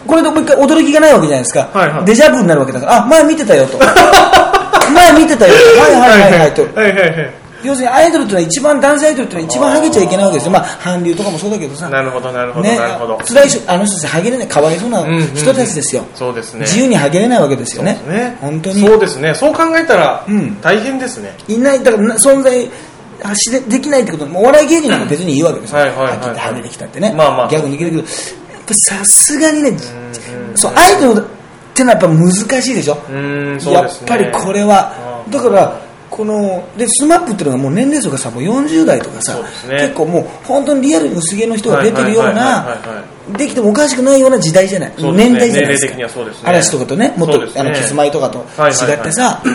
Speaker 1: これでもう一回驚きがないわけじゃないですか、
Speaker 2: はいはい
Speaker 1: デジャブになるわけだから、あ前見てたよと、 [LAUGHS] 前見てたよと、はいはいはいはいと。
Speaker 2: はいはいはい。
Speaker 1: 要するにアイドルというのは一番男性アイドルというのは一番ハゲちゃいけないわけですよ、まあ、韓流とかもそうだけどさ
Speaker 2: なるほど、なるほど、
Speaker 1: ね
Speaker 2: なるほど。
Speaker 1: 辛い人あの人たちハゲれないかわいそうな
Speaker 2: うんうんうん
Speaker 1: 人たちですよ、
Speaker 2: そうですね。
Speaker 1: 自由にハゲれないわけですよね
Speaker 2: ね。
Speaker 1: 本当に
Speaker 2: そうですね。そう考えたら
Speaker 1: うん、
Speaker 2: 大変ですね。
Speaker 1: いないだからな存在あしでできないってこともうお笑い芸人なんか別にいいわけですよ
Speaker 2: はいはいはいはい
Speaker 1: はっきり言ってハゲてきたってね、
Speaker 2: まあまあ
Speaker 1: ギャグ抜けるけどやっぱさすがにねそうアイドルってのはやっぱ難しいでしょ
Speaker 2: うーん、そう
Speaker 1: や
Speaker 2: で
Speaker 1: っ
Speaker 2: すね。
Speaker 1: ぱりこれは
Speaker 2: うん
Speaker 1: だからこのでスマップっていうのがもう年齢層がさもう40代とかさ、
Speaker 2: そうですね
Speaker 1: 結構もう本当にリアルに薄毛の人が出てるよう
Speaker 2: はいはいはいはいは
Speaker 1: なできてもおかしくないような時代じゃない、
Speaker 2: そうですね
Speaker 1: 年代じゃないですか
Speaker 2: 年齢的にはそうですね
Speaker 1: 嵐とかとねもっ
Speaker 2: そ
Speaker 1: と、
Speaker 2: うですね
Speaker 1: あのキスマイとかと違
Speaker 2: はいはいはい
Speaker 1: ってさ、 [CLEARS THROAT]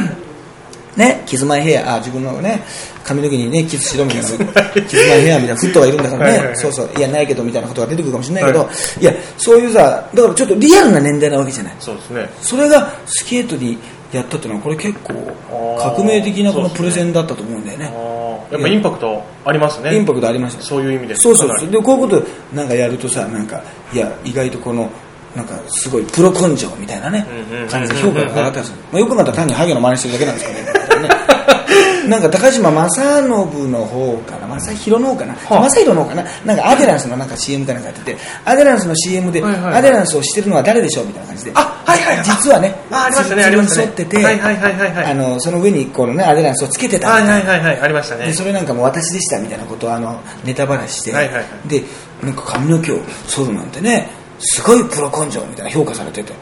Speaker 1: ねキスマイヘアあ自分のね髪の毛にねキスしろみたいなキスマイヘアみたいなフットがいるんだからね
Speaker 2: はいはいはい
Speaker 1: そうそういやないけどみたいなことが出てくるかもしれないけど、、
Speaker 2: はい
Speaker 1: やそういうさだからちょっとリアルな年代なわけじゃない
Speaker 2: そうですね。
Speaker 1: それがスケートにやったっていうのはこれ結構
Speaker 2: あー
Speaker 1: 革命的なこの
Speaker 2: そうですね
Speaker 1: プレゼンだったと思うんだよ
Speaker 2: あ
Speaker 1: ね
Speaker 2: ーやっぱインパクトありますね。
Speaker 1: インパクトありました
Speaker 2: そういう意味で。
Speaker 1: そうそう
Speaker 2: かな
Speaker 1: そ
Speaker 2: り
Speaker 1: うでこういうことなんかやるとさなんかいや意外とこのなんかすごいプロ根性みたいなね
Speaker 2: うんうんうん
Speaker 1: 感じで評価が上がったんですよ、まあ、よくなったら単にハゲの真似してるだけなんです
Speaker 2: [LAUGHS]
Speaker 1: かねねなんか高島正信の方かな正弘の方かな、
Speaker 2: はあ
Speaker 1: 正弘の方かななんかアデランスのなんか CM かなんかやっててアデランスの CM で、
Speaker 2: はいはいはい
Speaker 1: アデランスをしてるのは誰でしょうみたいな感じで
Speaker 2: あはいはいはい
Speaker 1: 実はね
Speaker 2: あありましたね
Speaker 1: つ
Speaker 2: ありまし
Speaker 1: つる
Speaker 2: たね
Speaker 1: に沿ってて、
Speaker 2: はいはいはいはいはい
Speaker 1: あのその上にこのねアデランスをつけてたみたいな
Speaker 2: はいはいはいはい、ありましたね
Speaker 1: で。それなんかもう私でしたみたいなことをあのネタバラして、
Speaker 2: はいはいは
Speaker 1: でなんか髪の毛を剃るなんてねすごいプロ根性みたいな評価されてて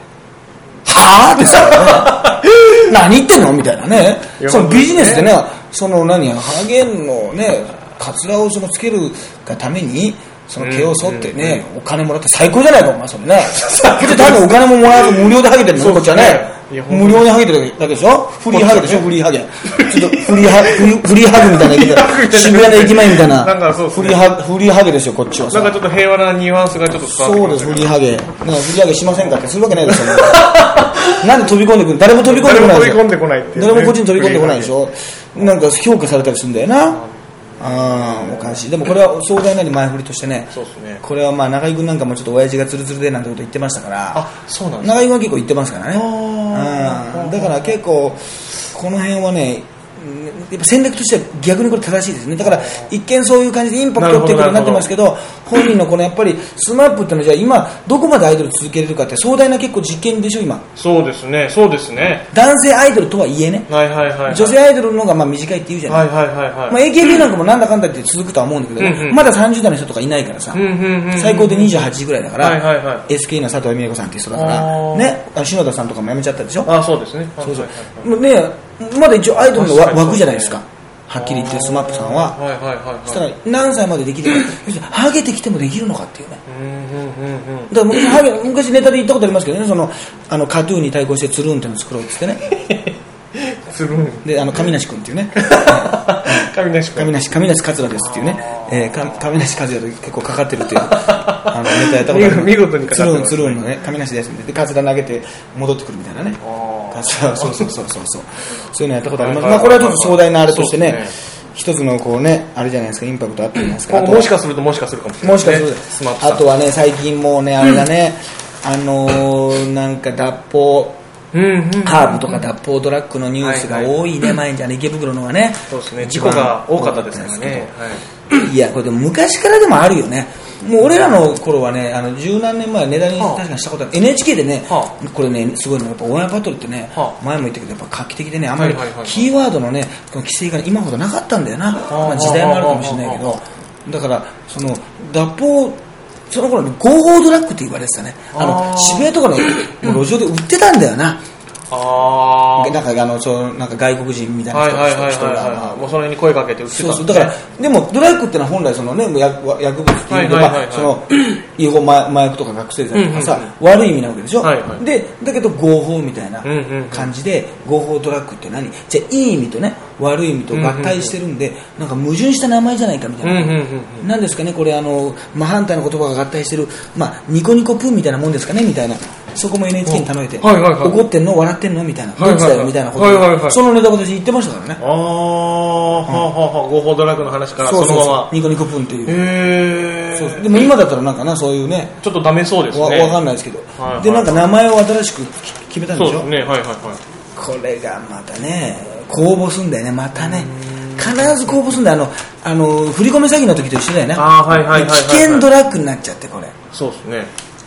Speaker 1: はあってさ、 [LAUGHS] ね、何言ってんのみたいなね
Speaker 2: いや
Speaker 1: そのビジネスでねその何ハゲンのねカツラをそのつけるがためにその毛を剃ってね、お金もらって最高じゃないかお前それね [LAUGHS] で多分お金ももらえず無料でハゲてるのねこっちはね
Speaker 2: いや本当に
Speaker 1: 無料でハゲてるだけでしょフリーハゲでしょフリーハゲちょっとフリーハフリーフリーハゲみたいな
Speaker 2: [LAUGHS] フリーハゲみたいな
Speaker 1: 渋谷の駅前みたいな
Speaker 2: なんかそうっす
Speaker 1: フ
Speaker 2: ね
Speaker 1: リーハフリーハゲですよこっちは
Speaker 2: な
Speaker 1: さ
Speaker 2: んかちょっと平和なニュアンスがちょっと伝わってき
Speaker 1: そう
Speaker 2: ま
Speaker 1: で
Speaker 2: し
Speaker 1: す、
Speaker 2: た
Speaker 1: 振
Speaker 2: け
Speaker 1: り上げ。なんか振り上げしませんかってするわけない
Speaker 2: [LAUGHS]
Speaker 1: ですよね。なんで飛び込んでくる誰も飛び込んでこない
Speaker 2: 誰も飛び込んでこないっていうね
Speaker 1: 誰もこっちに飛び込んでこないでしょ。なんか評価されたりするんだよな。ああ、おかしい。でもこれは壮大なり前振りとしてね。
Speaker 2: そうっすね
Speaker 1: これはまあ中居君なんかもちょっと親父がツルツルでなんてこと言ってましたから。
Speaker 2: あ、そうなんです
Speaker 1: 中居君は結構言ってますからね
Speaker 2: あー
Speaker 1: うんだから結構この辺はねうんやっぱ戦略としては逆にこれ正しいですねだから一見そういう感じでインパクトっていうことになってますけど本人のこのやっぱりスマップっていうのはじゃあ今どこまでアイドル続けれるかって壮大な結構実験でしょ今
Speaker 2: そうですね、そうですね。
Speaker 1: 男性アイドルとはいえね
Speaker 2: はいはいはい。
Speaker 1: 女性アイドルの方がまあ短いって言うじゃない、
Speaker 2: はいはいはいはい。
Speaker 1: まあ、AKB なんかもなんだかんだ言って続くとは思うんだけど、
Speaker 2: うんうん
Speaker 1: まだ30代の人とかいないからさ、
Speaker 2: うんうんうんうん
Speaker 1: 最高で28ぐらいだから、
Speaker 2: はいはいはい
Speaker 1: SK の佐藤美恵子さんっていう人だか
Speaker 2: あ
Speaker 1: ら、
Speaker 2: ー
Speaker 1: ね、あ篠田さんとかも辞めちゃったでしょ
Speaker 2: あ、そうですね。
Speaker 1: そうそう
Speaker 2: はいはいはい
Speaker 1: もうねまだ一応アイドルの
Speaker 2: 確か
Speaker 1: わ
Speaker 2: に
Speaker 1: 枠じゃないですかはっきり言ってスマップさんは
Speaker 2: はいはいはいはい。
Speaker 1: そしたら何歳までできるか要する
Speaker 2: [LAUGHS]
Speaker 1: にハゲてきてもできるのかっていうね
Speaker 2: うんうんうんうん。
Speaker 1: だから昔ハゲ昔ネタで言ったことありますけどねそのあのカトゥーンに対抗してつるんっていうのを作ろうっつってね
Speaker 2: [LAUGHS] つるん。
Speaker 1: であの亀梨君っていうね
Speaker 2: [LAUGHS] 神梨君。
Speaker 1: 亀梨亀梨桂ですっていうね、えー、か亀梨和也と結構かかってるっていうあのネタやったことある
Speaker 2: 見事にかかってま
Speaker 1: つる
Speaker 2: す
Speaker 1: んつるんのね亀梨ですみたいなでカツラ投げて戻ってくるみたいなね
Speaker 2: あー
Speaker 1: カツラそうそうそうそうそうそういうのやったことあります、
Speaker 2: はい
Speaker 1: ま
Speaker 2: は
Speaker 1: あ、
Speaker 2: い
Speaker 1: これはちょっと壮大なあれとして
Speaker 2: そう
Speaker 1: ね
Speaker 2: で
Speaker 1: 一つのこうねあれじゃないですかインパクトあったじゃないですか
Speaker 2: 今
Speaker 1: あ
Speaker 2: 後
Speaker 1: と
Speaker 2: もしかするともしかするかもしれない。
Speaker 1: もしかすると
Speaker 2: スマップ
Speaker 1: あ
Speaker 2: さん。
Speaker 1: とはね最近もうねあれだね、あのーなんか脱法
Speaker 2: うんうん。
Speaker 1: ハーブとか脱法ドラッグのニュースが多いね、前にあれ池袋のがね、
Speaker 2: そうですね。事故が多かったですからね。はい。
Speaker 1: いや、これでも昔からでもあるよね。もう俺らの頃はね、あの十何年前、値段に
Speaker 2: はあ
Speaker 1: 確かにしたことある、NHK でね
Speaker 2: は、
Speaker 1: これね、すごいの、やっぱオンエアバトルってね
Speaker 2: は、あ
Speaker 1: 前も言ったけど、やっぱ画期的でね、あんまり
Speaker 2: はいはいはいはい
Speaker 1: キーワードのね、この規制が今ほどなかったんだよな、
Speaker 2: あ
Speaker 1: まあ時代もあるかもしれないけど、だから、その脱法、その頃の合法ドラッグって言われてたね、あ
Speaker 2: あ
Speaker 1: の
Speaker 2: ー
Speaker 1: 渋谷とかの
Speaker 2: [CLEARS THROAT]
Speaker 1: 路上で売ってたんだよな、
Speaker 2: あー。
Speaker 1: なんかあのそうなんか外国人みたいな
Speaker 2: はい
Speaker 1: 人
Speaker 2: はいはい
Speaker 1: 人
Speaker 2: はい
Speaker 1: が
Speaker 2: はい。。もうその辺に声かけて売ってた
Speaker 1: そう
Speaker 2: んです
Speaker 1: そう
Speaker 2: ね
Speaker 1: だからでもドラッグってのは本来その、ね、薬薬物っていうのは
Speaker 2: はいはいはいはい
Speaker 1: まあその違法麻麻薬とか覚醒剤とかさ、
Speaker 2: うんうん
Speaker 1: 悪い意味なわけでしょ、
Speaker 2: はいはい
Speaker 1: でだけど合法みたいな
Speaker 2: うんうんうん
Speaker 1: 感じで、合法ドラッグって何じゃあいい意味とね悪い意味と合体してるんで、なんか矛盾した名前じゃないかみたいな、
Speaker 2: うんうんうん
Speaker 1: なんですかねこれあの真反対の言葉が合体してる、まあ、ニコニコプーみたいなもんですかねみたいなそこも NHK に頼めて、
Speaker 3: はいはいはい
Speaker 1: 怒ってんの笑ってんのみたいな、
Speaker 3: はいはいはい
Speaker 1: どっちだよみたいなこと、
Speaker 3: はいはいはい
Speaker 1: そのネタ私言ってましたからね
Speaker 2: あー、はあはあはあ、合法ドラッグの話からそのまま。
Speaker 1: ニコニコプンっていう、
Speaker 2: へ
Speaker 1: そうそう
Speaker 2: ー。
Speaker 1: でも今だったらなんかなそういうね
Speaker 2: ちょっとダメそうですね。
Speaker 1: わわかんないですけど、
Speaker 2: はいはい
Speaker 1: でなんか名前を新しくき決めたんで
Speaker 2: そう
Speaker 1: し
Speaker 2: です
Speaker 1: ょ、
Speaker 2: ね、はいはいはい。
Speaker 1: これがまたね公募すんだよねまたね必ず公募すんだよあのあの振り込め詐欺の時と一緒だよね
Speaker 2: あーはいはいはいはいはい
Speaker 1: 危険ドラッグになっちゃってこれ
Speaker 2: そうですね。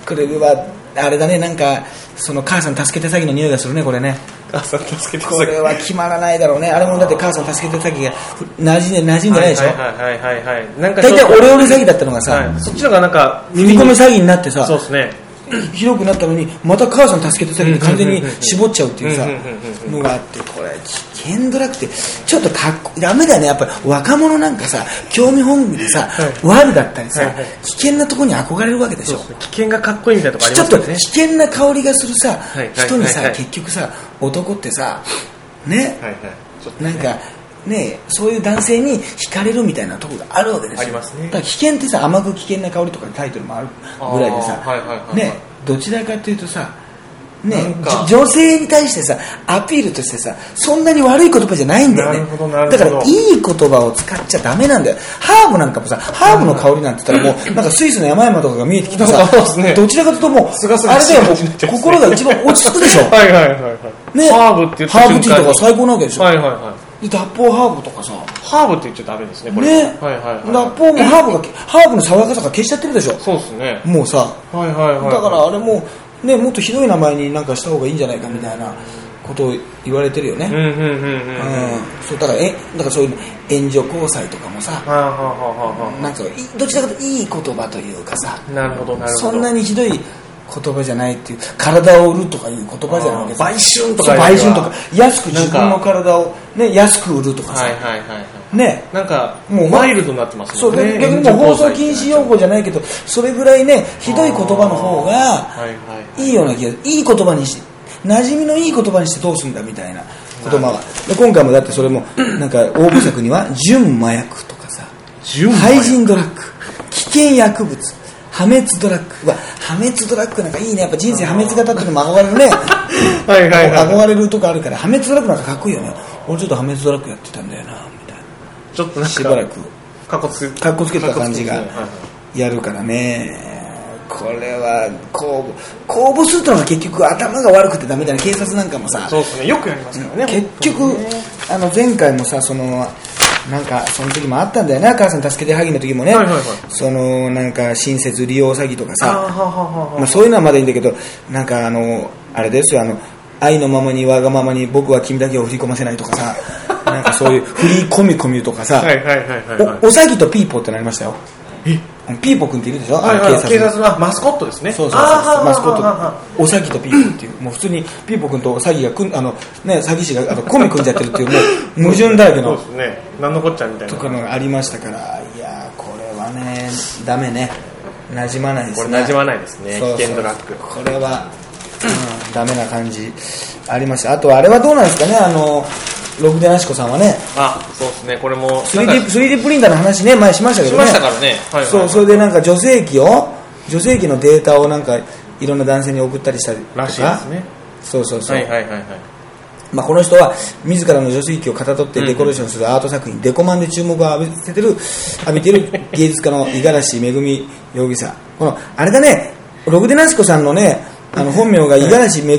Speaker 1: これはあれだねなんかその母さん助けて詐欺の匂いがするねこれね
Speaker 2: 母さん助けてく
Speaker 1: こ
Speaker 2: だ
Speaker 1: れ
Speaker 2: さい。
Speaker 1: は決まらないだろうねあれもだって母さん助けて詐欺がふ馴染んで馴染んでないでしょ
Speaker 2: はいはいはいはいはい。なんかち
Speaker 1: 大
Speaker 2: ょっ
Speaker 1: 体
Speaker 2: と
Speaker 1: オレオレ詐欺だったのがさ、
Speaker 2: はい。そっちのがなんか、
Speaker 1: 振り込め詐欺になってさ
Speaker 2: そうですね。
Speaker 1: [CLEARS THROAT] ひどくなったのにまた母さん助けて詐欺に完全に絞っちゃうっていうさ
Speaker 2: うんうんうん
Speaker 1: のがあってこれ危険ドラッグってちょっとかっこダメだねやっぱり若者なんかさ興味本位でさ、ワルだったりさ、
Speaker 2: はいはい
Speaker 1: 危険なとこに憧れるわけでしょ
Speaker 2: 危険がかっこいいみたいなとこあり
Speaker 1: ちょ
Speaker 2: ま
Speaker 1: っ
Speaker 2: す
Speaker 1: と
Speaker 2: よね
Speaker 1: 危。険な香りがするさ、
Speaker 2: いはい
Speaker 1: 人にさ、
Speaker 2: はいはい
Speaker 1: 結局さ男ってさね、
Speaker 2: はいはい。ちょっと
Speaker 1: なんかねそういう男性に惹かれるみたいなところがあるわけですよ
Speaker 2: ありますね
Speaker 1: だから危険ってさ甘く危険な香りとかのタイトルもあるぐらいでさ、
Speaker 2: あーはいはいはいはい
Speaker 1: ねどちらかというとさね
Speaker 2: なんか、
Speaker 1: じ女性に対してさアピールとしてさそんなに悪い言葉じゃないんだよね
Speaker 2: なるほどなるほ
Speaker 1: だ
Speaker 2: ど
Speaker 1: からいい言葉を使っちゃダメなんだよハーブなんかもさハーブの香りなんて言ったらもうなんかスイスの山々とかが見えてきてさ
Speaker 2: そうですね
Speaker 1: どちらかというともう
Speaker 2: すがす
Speaker 1: あ
Speaker 2: が
Speaker 1: れ
Speaker 2: しい
Speaker 1: だよもう
Speaker 2: 感じになっちゃいますね
Speaker 1: 心が一番落ち着く
Speaker 2: [LAUGHS]
Speaker 1: でしょ、
Speaker 2: はいはいはいはい。
Speaker 1: ね、
Speaker 2: ハーブって言った
Speaker 1: ハーブ
Speaker 2: 瞬間に
Speaker 1: ティーとか最高なわけでしょ、
Speaker 2: はいはいはい。
Speaker 1: で脱法ハーブとかさ
Speaker 2: ハーブって言っちゃダメですね、これ。
Speaker 1: ね、
Speaker 2: はいはいはい。
Speaker 1: ラップをもうハーブがけ、ハーブの爽やかさが消しちゃってるでしょ。
Speaker 2: そうですね。
Speaker 1: もうさ、
Speaker 2: はいはいはい。
Speaker 1: だからあれもう、ね、もっとひどい名前になんかした方がいいんじゃないかみたいなことを言われてるよね。う
Speaker 2: う
Speaker 1: んん。
Speaker 2: うんうんうんうん。は
Speaker 1: そうだから、え、だからそういう援助交際とかもさ
Speaker 2: あ、はあはあは
Speaker 1: なんかいどちらかというといい言葉というかさ、
Speaker 2: あ。なるほどなるほ
Speaker 1: そ
Speaker 2: ど。
Speaker 1: んなにひどい言葉じゃないっていう、体を売るとかいう言葉じゃなくてさ、
Speaker 2: あー売春と
Speaker 1: そ
Speaker 2: か
Speaker 1: う
Speaker 2: いうのは
Speaker 1: 売春とか、安く
Speaker 2: なん
Speaker 1: 自
Speaker 2: か
Speaker 1: 分の体を、ね、安く売るとかさ、
Speaker 2: はいはいはいはい。
Speaker 1: ね。
Speaker 2: なんか、
Speaker 1: も
Speaker 2: も
Speaker 1: う
Speaker 2: うワイルドになってます
Speaker 1: そ
Speaker 2: も
Speaker 1: うん
Speaker 2: ね。
Speaker 1: 逆にもう放送禁止用語じゃないけどそれぐらいねひどい言葉の方
Speaker 2: はいはいは
Speaker 1: が
Speaker 2: い
Speaker 1: いいような気がするいい言葉にして馴染みのいい言葉にしてどうすんだみたいな言葉はで今回もだってそれも
Speaker 2: [CLEARS THROAT]
Speaker 1: なんか応募作には「純麻薬」とかさ
Speaker 2: 純
Speaker 1: 「廃人ドラッグ」「危険薬物」破滅ドラッグは破滅ドラッグなんかいいねやっぱ人生破滅型っていうのも憧れるね
Speaker 2: [LAUGHS] はいはいはい。
Speaker 1: 憧れるとこあるから破滅ドラッグなんかかっこいいよね俺ちょっと破滅ドラッグやってたんだよなみたい
Speaker 2: ちょっとなん
Speaker 1: な
Speaker 2: か、
Speaker 1: しばらく
Speaker 2: かっこつ
Speaker 1: かっこつけた感じが
Speaker 2: かっこつけてますねはいはい
Speaker 1: やるからねこれは公募公募するってのが結局頭が悪くてダメだね警察なんかもさ
Speaker 2: そうですね。よくやりますからね。
Speaker 1: 結局あの前回もさそのなんかその時もあったんだよな母さん助けてはぎの時もね、
Speaker 2: はいはいはい
Speaker 1: そのなんか親切利用詐欺とか
Speaker 2: あは
Speaker 1: さ
Speaker 2: はは
Speaker 1: まあ、そういうのはまだいいんだけどなんかあのあれですよあの愛のままにわがままに僕は君だけを振り込ませないとかさなんかそういう振り込み込みとかさ、
Speaker 2: はいはいはいはいはい。
Speaker 1: おおさぎとピーポーってなりましたよピーポー君っているでしょ、
Speaker 2: はい
Speaker 1: あの
Speaker 2: はい、警察のあマスコットですね。
Speaker 1: そうそうそう
Speaker 2: あははは
Speaker 1: マスコッ
Speaker 2: は
Speaker 1: トおさぎとピーポーっていうもう普通にピーポー君とおさぎがくんあの、ね、詐欺師があのコミ組んじゃってるっていうもう矛盾だらけ
Speaker 2: そう
Speaker 1: の
Speaker 2: ですね。なんのこっちゃみたいな。
Speaker 1: とかのがありましたからいやーこれはねダメね馴染まないです
Speaker 2: こ
Speaker 1: ね
Speaker 2: れ馴染まないですね。
Speaker 1: そうそう
Speaker 2: 危険ドラッグ。
Speaker 1: これは、うん、ダメな感じありましたあとあれはどうなんですかねあのログデナシコさんはね
Speaker 2: あ、そうですね。これも、なんか
Speaker 1: 3D, 3D プリンターの話ね前しましたけ
Speaker 2: し
Speaker 1: どね
Speaker 2: ましたからね。はいはい
Speaker 1: そうそれでなんか女性器を女性器のデータをなんかいろんな男性に送ったりしたりとから
Speaker 2: しいですね。
Speaker 1: そうそうそう、
Speaker 2: はいはいはいはい。
Speaker 1: まあ、この人は自らの女性器をかたどってデコレーションするアート作品、デコマンで注目を浴びせてる浴びてる芸術家の五十嵐恵容疑者このあれだねログデナシコさんのねあの本名が五十嵐恵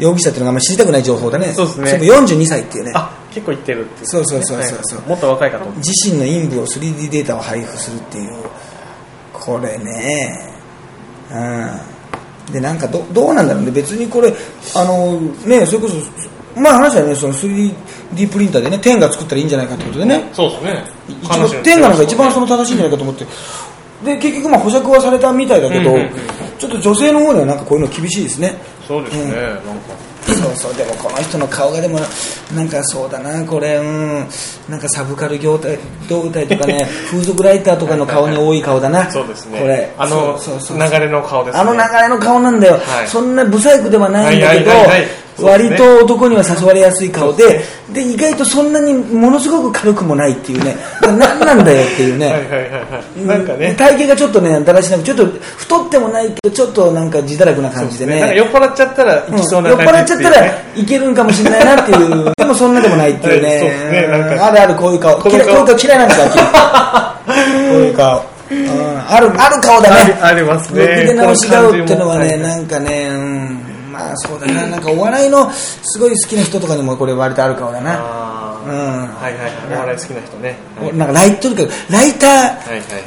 Speaker 1: 容疑者っていうのがあんま知りたくない情報だね
Speaker 2: そうですね
Speaker 1: れも42歳っていうね
Speaker 2: あ、結構いってるってい
Speaker 1: そうそうそうそうそう
Speaker 2: もっと若いかと思って。
Speaker 1: 自身の陰部を 3D データを配布するっていうこれねうんでなんかどどうなんだろうね別にこれあのねそれこそ前話したよねその 3D プリンターでね天が作ったらいいんじゃないかってことでね
Speaker 2: そうですね。
Speaker 1: 一応天下のが一番その正しいんじゃないかと思ってで結局まあ保釈はされたみたいだけど、
Speaker 2: うんうんうん
Speaker 1: ちょっと女性の方にはなんかこういうの厳しいですね
Speaker 2: そうですね。
Speaker 1: ん
Speaker 2: なんか。
Speaker 1: そうそうでもこの人の顔がでもなんかそうだなこれうんなんかサブカル業態業態とか
Speaker 2: [LAUGHS]
Speaker 1: ね風俗ライターとかの顔に多い顔だな
Speaker 2: そうですね。
Speaker 1: これ
Speaker 2: あの
Speaker 1: そうそうそう
Speaker 2: 流れの顔ですね。
Speaker 1: あの流れの顔なんだよ、
Speaker 2: はい
Speaker 1: そんな不細工ではないんだけど、
Speaker 2: はいはいはいはい
Speaker 1: 割と男には誘われやすい顔でで意外とそんなにものすごく軽くもないっていうね何なんだよっていうね、
Speaker 2: はいはいはい。なんかね。
Speaker 1: 体型がちょっとねだらしなくちょっと太ってもないけどちょっとなんか自堕落な感じでね
Speaker 2: なんか酔っ払っちゃったらい
Speaker 1: うん
Speaker 2: きそうな
Speaker 1: 酔っ
Speaker 2: 感じ
Speaker 1: 払っちゃ
Speaker 2: て
Speaker 1: っ
Speaker 2: いう
Speaker 1: た
Speaker 2: ね
Speaker 1: らいけるんかもしれないな
Speaker 2: [LAUGHS]
Speaker 1: っていうでもそんなでもないっていう
Speaker 2: はいそうですね
Speaker 1: ね
Speaker 2: なんか
Speaker 1: あるあるこういう顔
Speaker 2: この
Speaker 1: 嫌いこうい
Speaker 2: 顔
Speaker 1: う顔嫌いなん
Speaker 2: [LAUGHS]
Speaker 1: ですよ君こういう顔うんあるある顔だね
Speaker 2: ありありますね
Speaker 1: ろくで直し顔ってのはね
Speaker 2: この感じも
Speaker 1: なんかねうんまあそうだななんかお笑いのすごい好きな人とかにもこれ割とある顔だな
Speaker 2: あ
Speaker 1: う
Speaker 2: ー
Speaker 1: ん
Speaker 2: はいはいはい。お笑い好きな人ね。はい
Speaker 1: おなんかライトとにかくライタ
Speaker 2: はい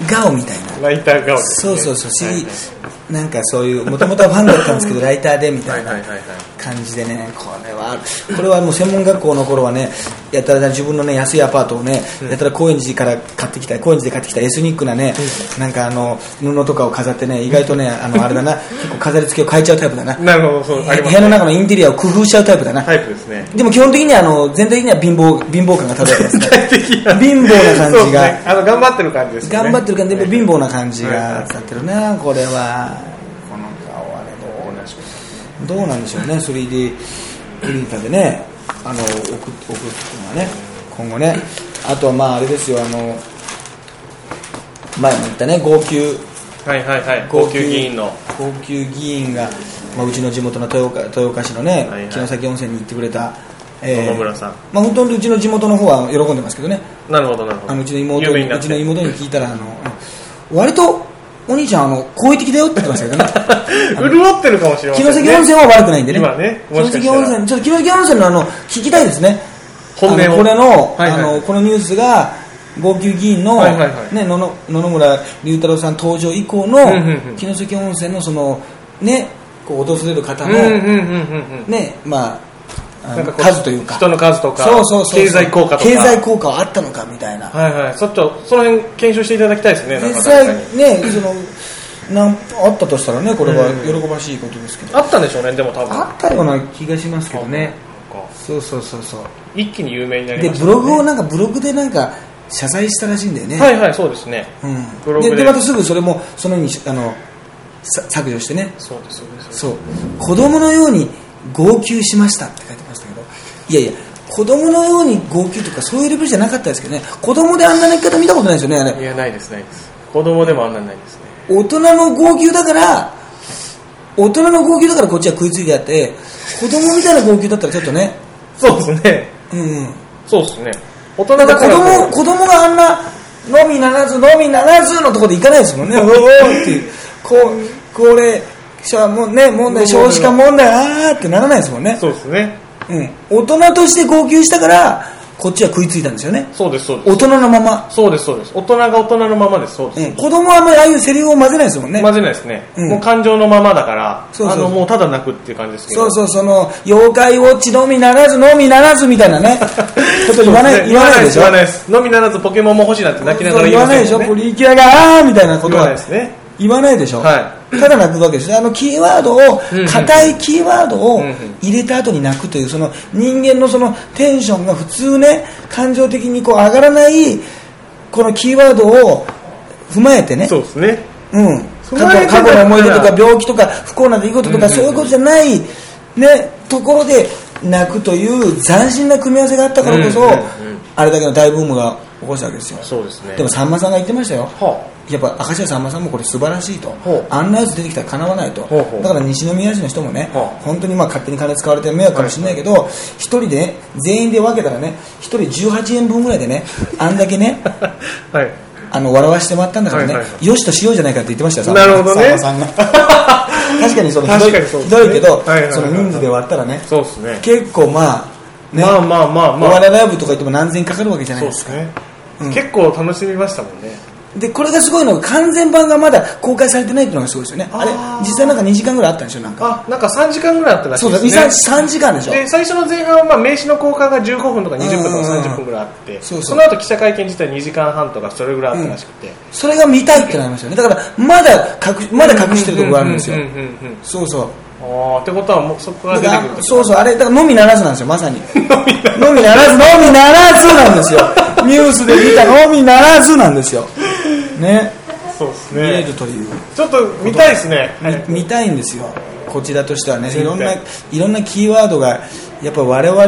Speaker 1: ー顔みたいな
Speaker 2: ライター顔です
Speaker 1: そ
Speaker 2: ね。
Speaker 1: うそうそうし
Speaker 2: はいはい
Speaker 1: なんかそういうもともとはファンだったんですけどライターでみた
Speaker 2: はいい
Speaker 1: な
Speaker 2: はいはいはい。
Speaker 1: 感じでねこれはこれはもう専門学校の頃はねやたら自分のね安いアパートをねやたら高円寺から買ってきた高円寺で買ってきたエスニックなねなんかあの布とかを飾ってね意外とねあのあれ
Speaker 2: [LAUGHS]
Speaker 1: だな結構飾り付けを変えちゃうタイプだな
Speaker 2: なるほど、そう、ありま
Speaker 1: 部
Speaker 2: す
Speaker 1: 屋の
Speaker 2: ね。
Speaker 1: 中のインテリアを工夫しちゃうタイプだな
Speaker 2: タイプですね。
Speaker 1: でも基本的にはあの全体的には貧乏 [LAUGHS] 貧乏感が漂ってます
Speaker 2: [LAUGHS]
Speaker 1: ね貧乏な感じ
Speaker 2: そうです
Speaker 1: が
Speaker 2: ね。あの、頑張ってる感じですよね。
Speaker 1: 頑張ってる感じで
Speaker 2: はい
Speaker 1: 貧乏な感じが伝ってるなこれはこの顔あれどうなんでしょうどうなんでしょうね 3D プリンターでねあの送っ送ってのはね今後ねあとはまああれですよあの前も言ったね号泣
Speaker 2: はいはいはい。高級議員の。
Speaker 1: 高級議員が、まあ、うちの地元の豊岡豊岡市のね、
Speaker 2: はいはい
Speaker 1: 城崎温泉に行ってくれた、
Speaker 2: 野々村さん
Speaker 1: まあ、本当にうちの地元の方は喜んでますけどね
Speaker 2: なるほどなるほど。
Speaker 1: あのうちの妹
Speaker 2: 有名
Speaker 1: に
Speaker 2: にな
Speaker 1: う
Speaker 2: っ
Speaker 1: ち
Speaker 2: て
Speaker 1: の妹に聞いたらあのうん割とお兄ちゃんあの好意的だよって言ってましたけどね
Speaker 2: [LAUGHS] 潤ってるかもしれません
Speaker 1: 城
Speaker 2: ね。
Speaker 1: 崎温泉は悪くないんでね
Speaker 2: 今ねも
Speaker 1: 城
Speaker 2: しかし
Speaker 1: 崎
Speaker 2: たら
Speaker 1: 温泉ちょっと城崎温泉のあの聞きたいですね
Speaker 2: 本音を
Speaker 1: あのこれの,、
Speaker 2: はいはい
Speaker 1: あのこのニュースが号泣議員の、
Speaker 2: はいはいはい
Speaker 1: ね、野々野々村龍太郎さん登場以降の、
Speaker 2: んうんうん
Speaker 1: 城崎温泉のそのねこう訪れる方
Speaker 2: うん
Speaker 1: の、
Speaker 2: うんうんうん
Speaker 1: ねまああ
Speaker 2: うん。
Speaker 1: の数というか
Speaker 2: 人の数とか、
Speaker 1: そうそうそう
Speaker 2: 経済効果とか。
Speaker 1: 経済効果はあったのかみたいな
Speaker 2: はいはい。ちょっと、その辺検証していただきたいですね、
Speaker 1: 実
Speaker 2: 中
Speaker 1: 際
Speaker 2: 谷さんに。
Speaker 1: ねそのなんあったとしたらねこれは喜ばしいことですけど、
Speaker 2: あったんでしょうね、でも多分。
Speaker 1: あったような気がしますけどね
Speaker 2: なんか
Speaker 1: そうそうそうそう
Speaker 2: 一気に有名になり
Speaker 1: で
Speaker 2: ました
Speaker 1: ブ
Speaker 2: ね
Speaker 1: ログをなんかブログでなんか謝罪したらしいんだよね、
Speaker 2: はいはいそうですね
Speaker 1: うん、
Speaker 2: ブログ
Speaker 1: で
Speaker 2: で
Speaker 1: でまたすぐそれもそのようにあのさ削除してね
Speaker 2: そうですそうです
Speaker 1: そう子供のように号泣しましたって書いてましたけどいやいや子供のように号泣とかそういうレベルじゃなかったですけどね子供であんな泣き方見たことないですよねあれ
Speaker 2: いやないですないです子供でもあんなんないですね
Speaker 1: 大人の号泣だから大人の号泣だからこっちは食いついてあって子供みたいな号泣だったらちょっとね
Speaker 2: そうですね
Speaker 1: うん
Speaker 2: そうですね大人
Speaker 1: だ
Speaker 2: だ
Speaker 1: から
Speaker 2: か
Speaker 1: 子
Speaker 2: ら
Speaker 1: 供子供があんなのみならずのみならずのところでいかないですもんね [LAUGHS] おーおーっていうこ高齢者もね問題少子化問題あーってならないですもんね、
Speaker 2: そうですね
Speaker 1: うん、大人として号泣したからこっちは食いついたんですよね
Speaker 2: そうですそうです
Speaker 1: 大人のまま、
Speaker 2: そうですそうです大人が大人のままですそう
Speaker 1: う
Speaker 2: です
Speaker 1: ん、子供はあんまりああいうセリフを混ぜないですもんね
Speaker 2: 混ぜないですね
Speaker 1: うん
Speaker 2: もう感情のままだから
Speaker 1: そうそう
Speaker 2: あのもうただ泣くっていう感じですけ
Speaker 1: そ
Speaker 2: ど
Speaker 1: うそう、その、妖怪ウォッチのみならず、のみならずみたいな
Speaker 2: [LAUGHS]
Speaker 1: ね、こと言わない、言わないでしょ
Speaker 2: 言わ。ないですのみならずポケモンも欲しいなんて泣きなが
Speaker 1: そ
Speaker 2: ら
Speaker 1: う言わないでしょ、
Speaker 2: ね
Speaker 1: プリキュアが、あーみたいなこと
Speaker 2: 言わない
Speaker 1: は
Speaker 2: ですね
Speaker 1: 言わないでしょ。
Speaker 2: は
Speaker 1: ただ泣くわけですよあのキーワードを
Speaker 2: うんうん、
Speaker 1: 硬いキーワード
Speaker 2: う
Speaker 1: を
Speaker 2: んうん
Speaker 1: 入れた後に泣くという、その人間のそのテンションが普通ね、感情的にこう上がらない、このキーワードを踏まえてね、
Speaker 2: そうですね
Speaker 1: うん、
Speaker 2: そ
Speaker 1: 過
Speaker 2: れは
Speaker 1: 去
Speaker 2: ね
Speaker 1: 過去の思い出と
Speaker 2: だ
Speaker 1: か
Speaker 2: から
Speaker 1: 病気とか不幸な出来事と
Speaker 2: うんうんう
Speaker 1: か
Speaker 2: ん
Speaker 1: そういうことじゃない、ね、ところで泣くという斬新な組み合わせがあったからこそ、
Speaker 2: うんうんうん
Speaker 1: あれだけの大ブームが起こしたわけですよ
Speaker 2: そうですね
Speaker 1: でもさんまさんが言ってましたよ
Speaker 2: は
Speaker 1: やっぱ明石家さんまさんもこれ素晴らしいと
Speaker 2: ほう
Speaker 1: あんなやつ出てきたらかなわないと
Speaker 2: ほうほう
Speaker 1: だから西宮市の人もね
Speaker 2: ほう
Speaker 1: 本当にまあ勝手に金使われて迷惑かもしれないけど一人でね全員で分けたらね一人18円分ぐらいでねあんだけ
Speaker 2: [LAUGHS]
Speaker 1: ね
Speaker 2: あはい
Speaker 1: あの笑わしてもらったんだからね、
Speaker 2: はいはいは
Speaker 1: よしとしようじゃないかって言ってましたよ、
Speaker 2: なるほどね
Speaker 1: さんまさんが [LAUGHS] 確かにそのひどい
Speaker 2: 確かにそう
Speaker 1: ひどいけど、
Speaker 2: はいはいはい
Speaker 1: その人数で割ったらね、
Speaker 2: そうですね
Speaker 1: 結構まあ、ね
Speaker 2: まあまあまあま
Speaker 1: お
Speaker 2: あ
Speaker 1: 笑いライブとか行っても何千円かかるわけじゃない
Speaker 2: そう
Speaker 1: で
Speaker 2: ですす
Speaker 1: か。
Speaker 2: ね、
Speaker 1: うん
Speaker 2: 結構楽しみましたもんね
Speaker 1: でこれがすごいのが完全版がまだ公開されてないっていうのがすごいですよねあれ
Speaker 2: あー
Speaker 1: 実際なんか2時間ぐらいあったんでしょなんか
Speaker 2: あなんか3時間ぐらいあったらし
Speaker 1: そ
Speaker 2: いうで
Speaker 1: だ
Speaker 2: すね
Speaker 1: 3時間でしょ
Speaker 2: で最初の前半はまあ名刺の交換が15分とか20分と
Speaker 1: うんうん
Speaker 2: か
Speaker 1: うん
Speaker 2: 30分ぐらいあって
Speaker 1: そうそう
Speaker 2: の後記者会見自体2時間半とかそれぐらいあったらしくて、
Speaker 1: それが見たいってなりましたよねだからまだ隠まだ隠してるところがあるんですよ
Speaker 2: うううんうん
Speaker 1: そうそう
Speaker 2: あーってことはもうそこか
Speaker 1: だ
Speaker 2: ら出て
Speaker 1: か
Speaker 2: くる
Speaker 1: らそうそうあれだからのみならずなんですよまさに
Speaker 2: のみな
Speaker 1: のみならず、のみならずなんですよ。ニュースで見たのみならずなんですよ。ね。
Speaker 2: [LAUGHS] そうです
Speaker 1: 見れ
Speaker 2: ね
Speaker 1: るという。
Speaker 2: ちょっと見たいですね、
Speaker 1: み見たいんですよ。こちらとしてはねい
Speaker 2: 絶対
Speaker 1: ろんないろんなキーワードがやっぱ我々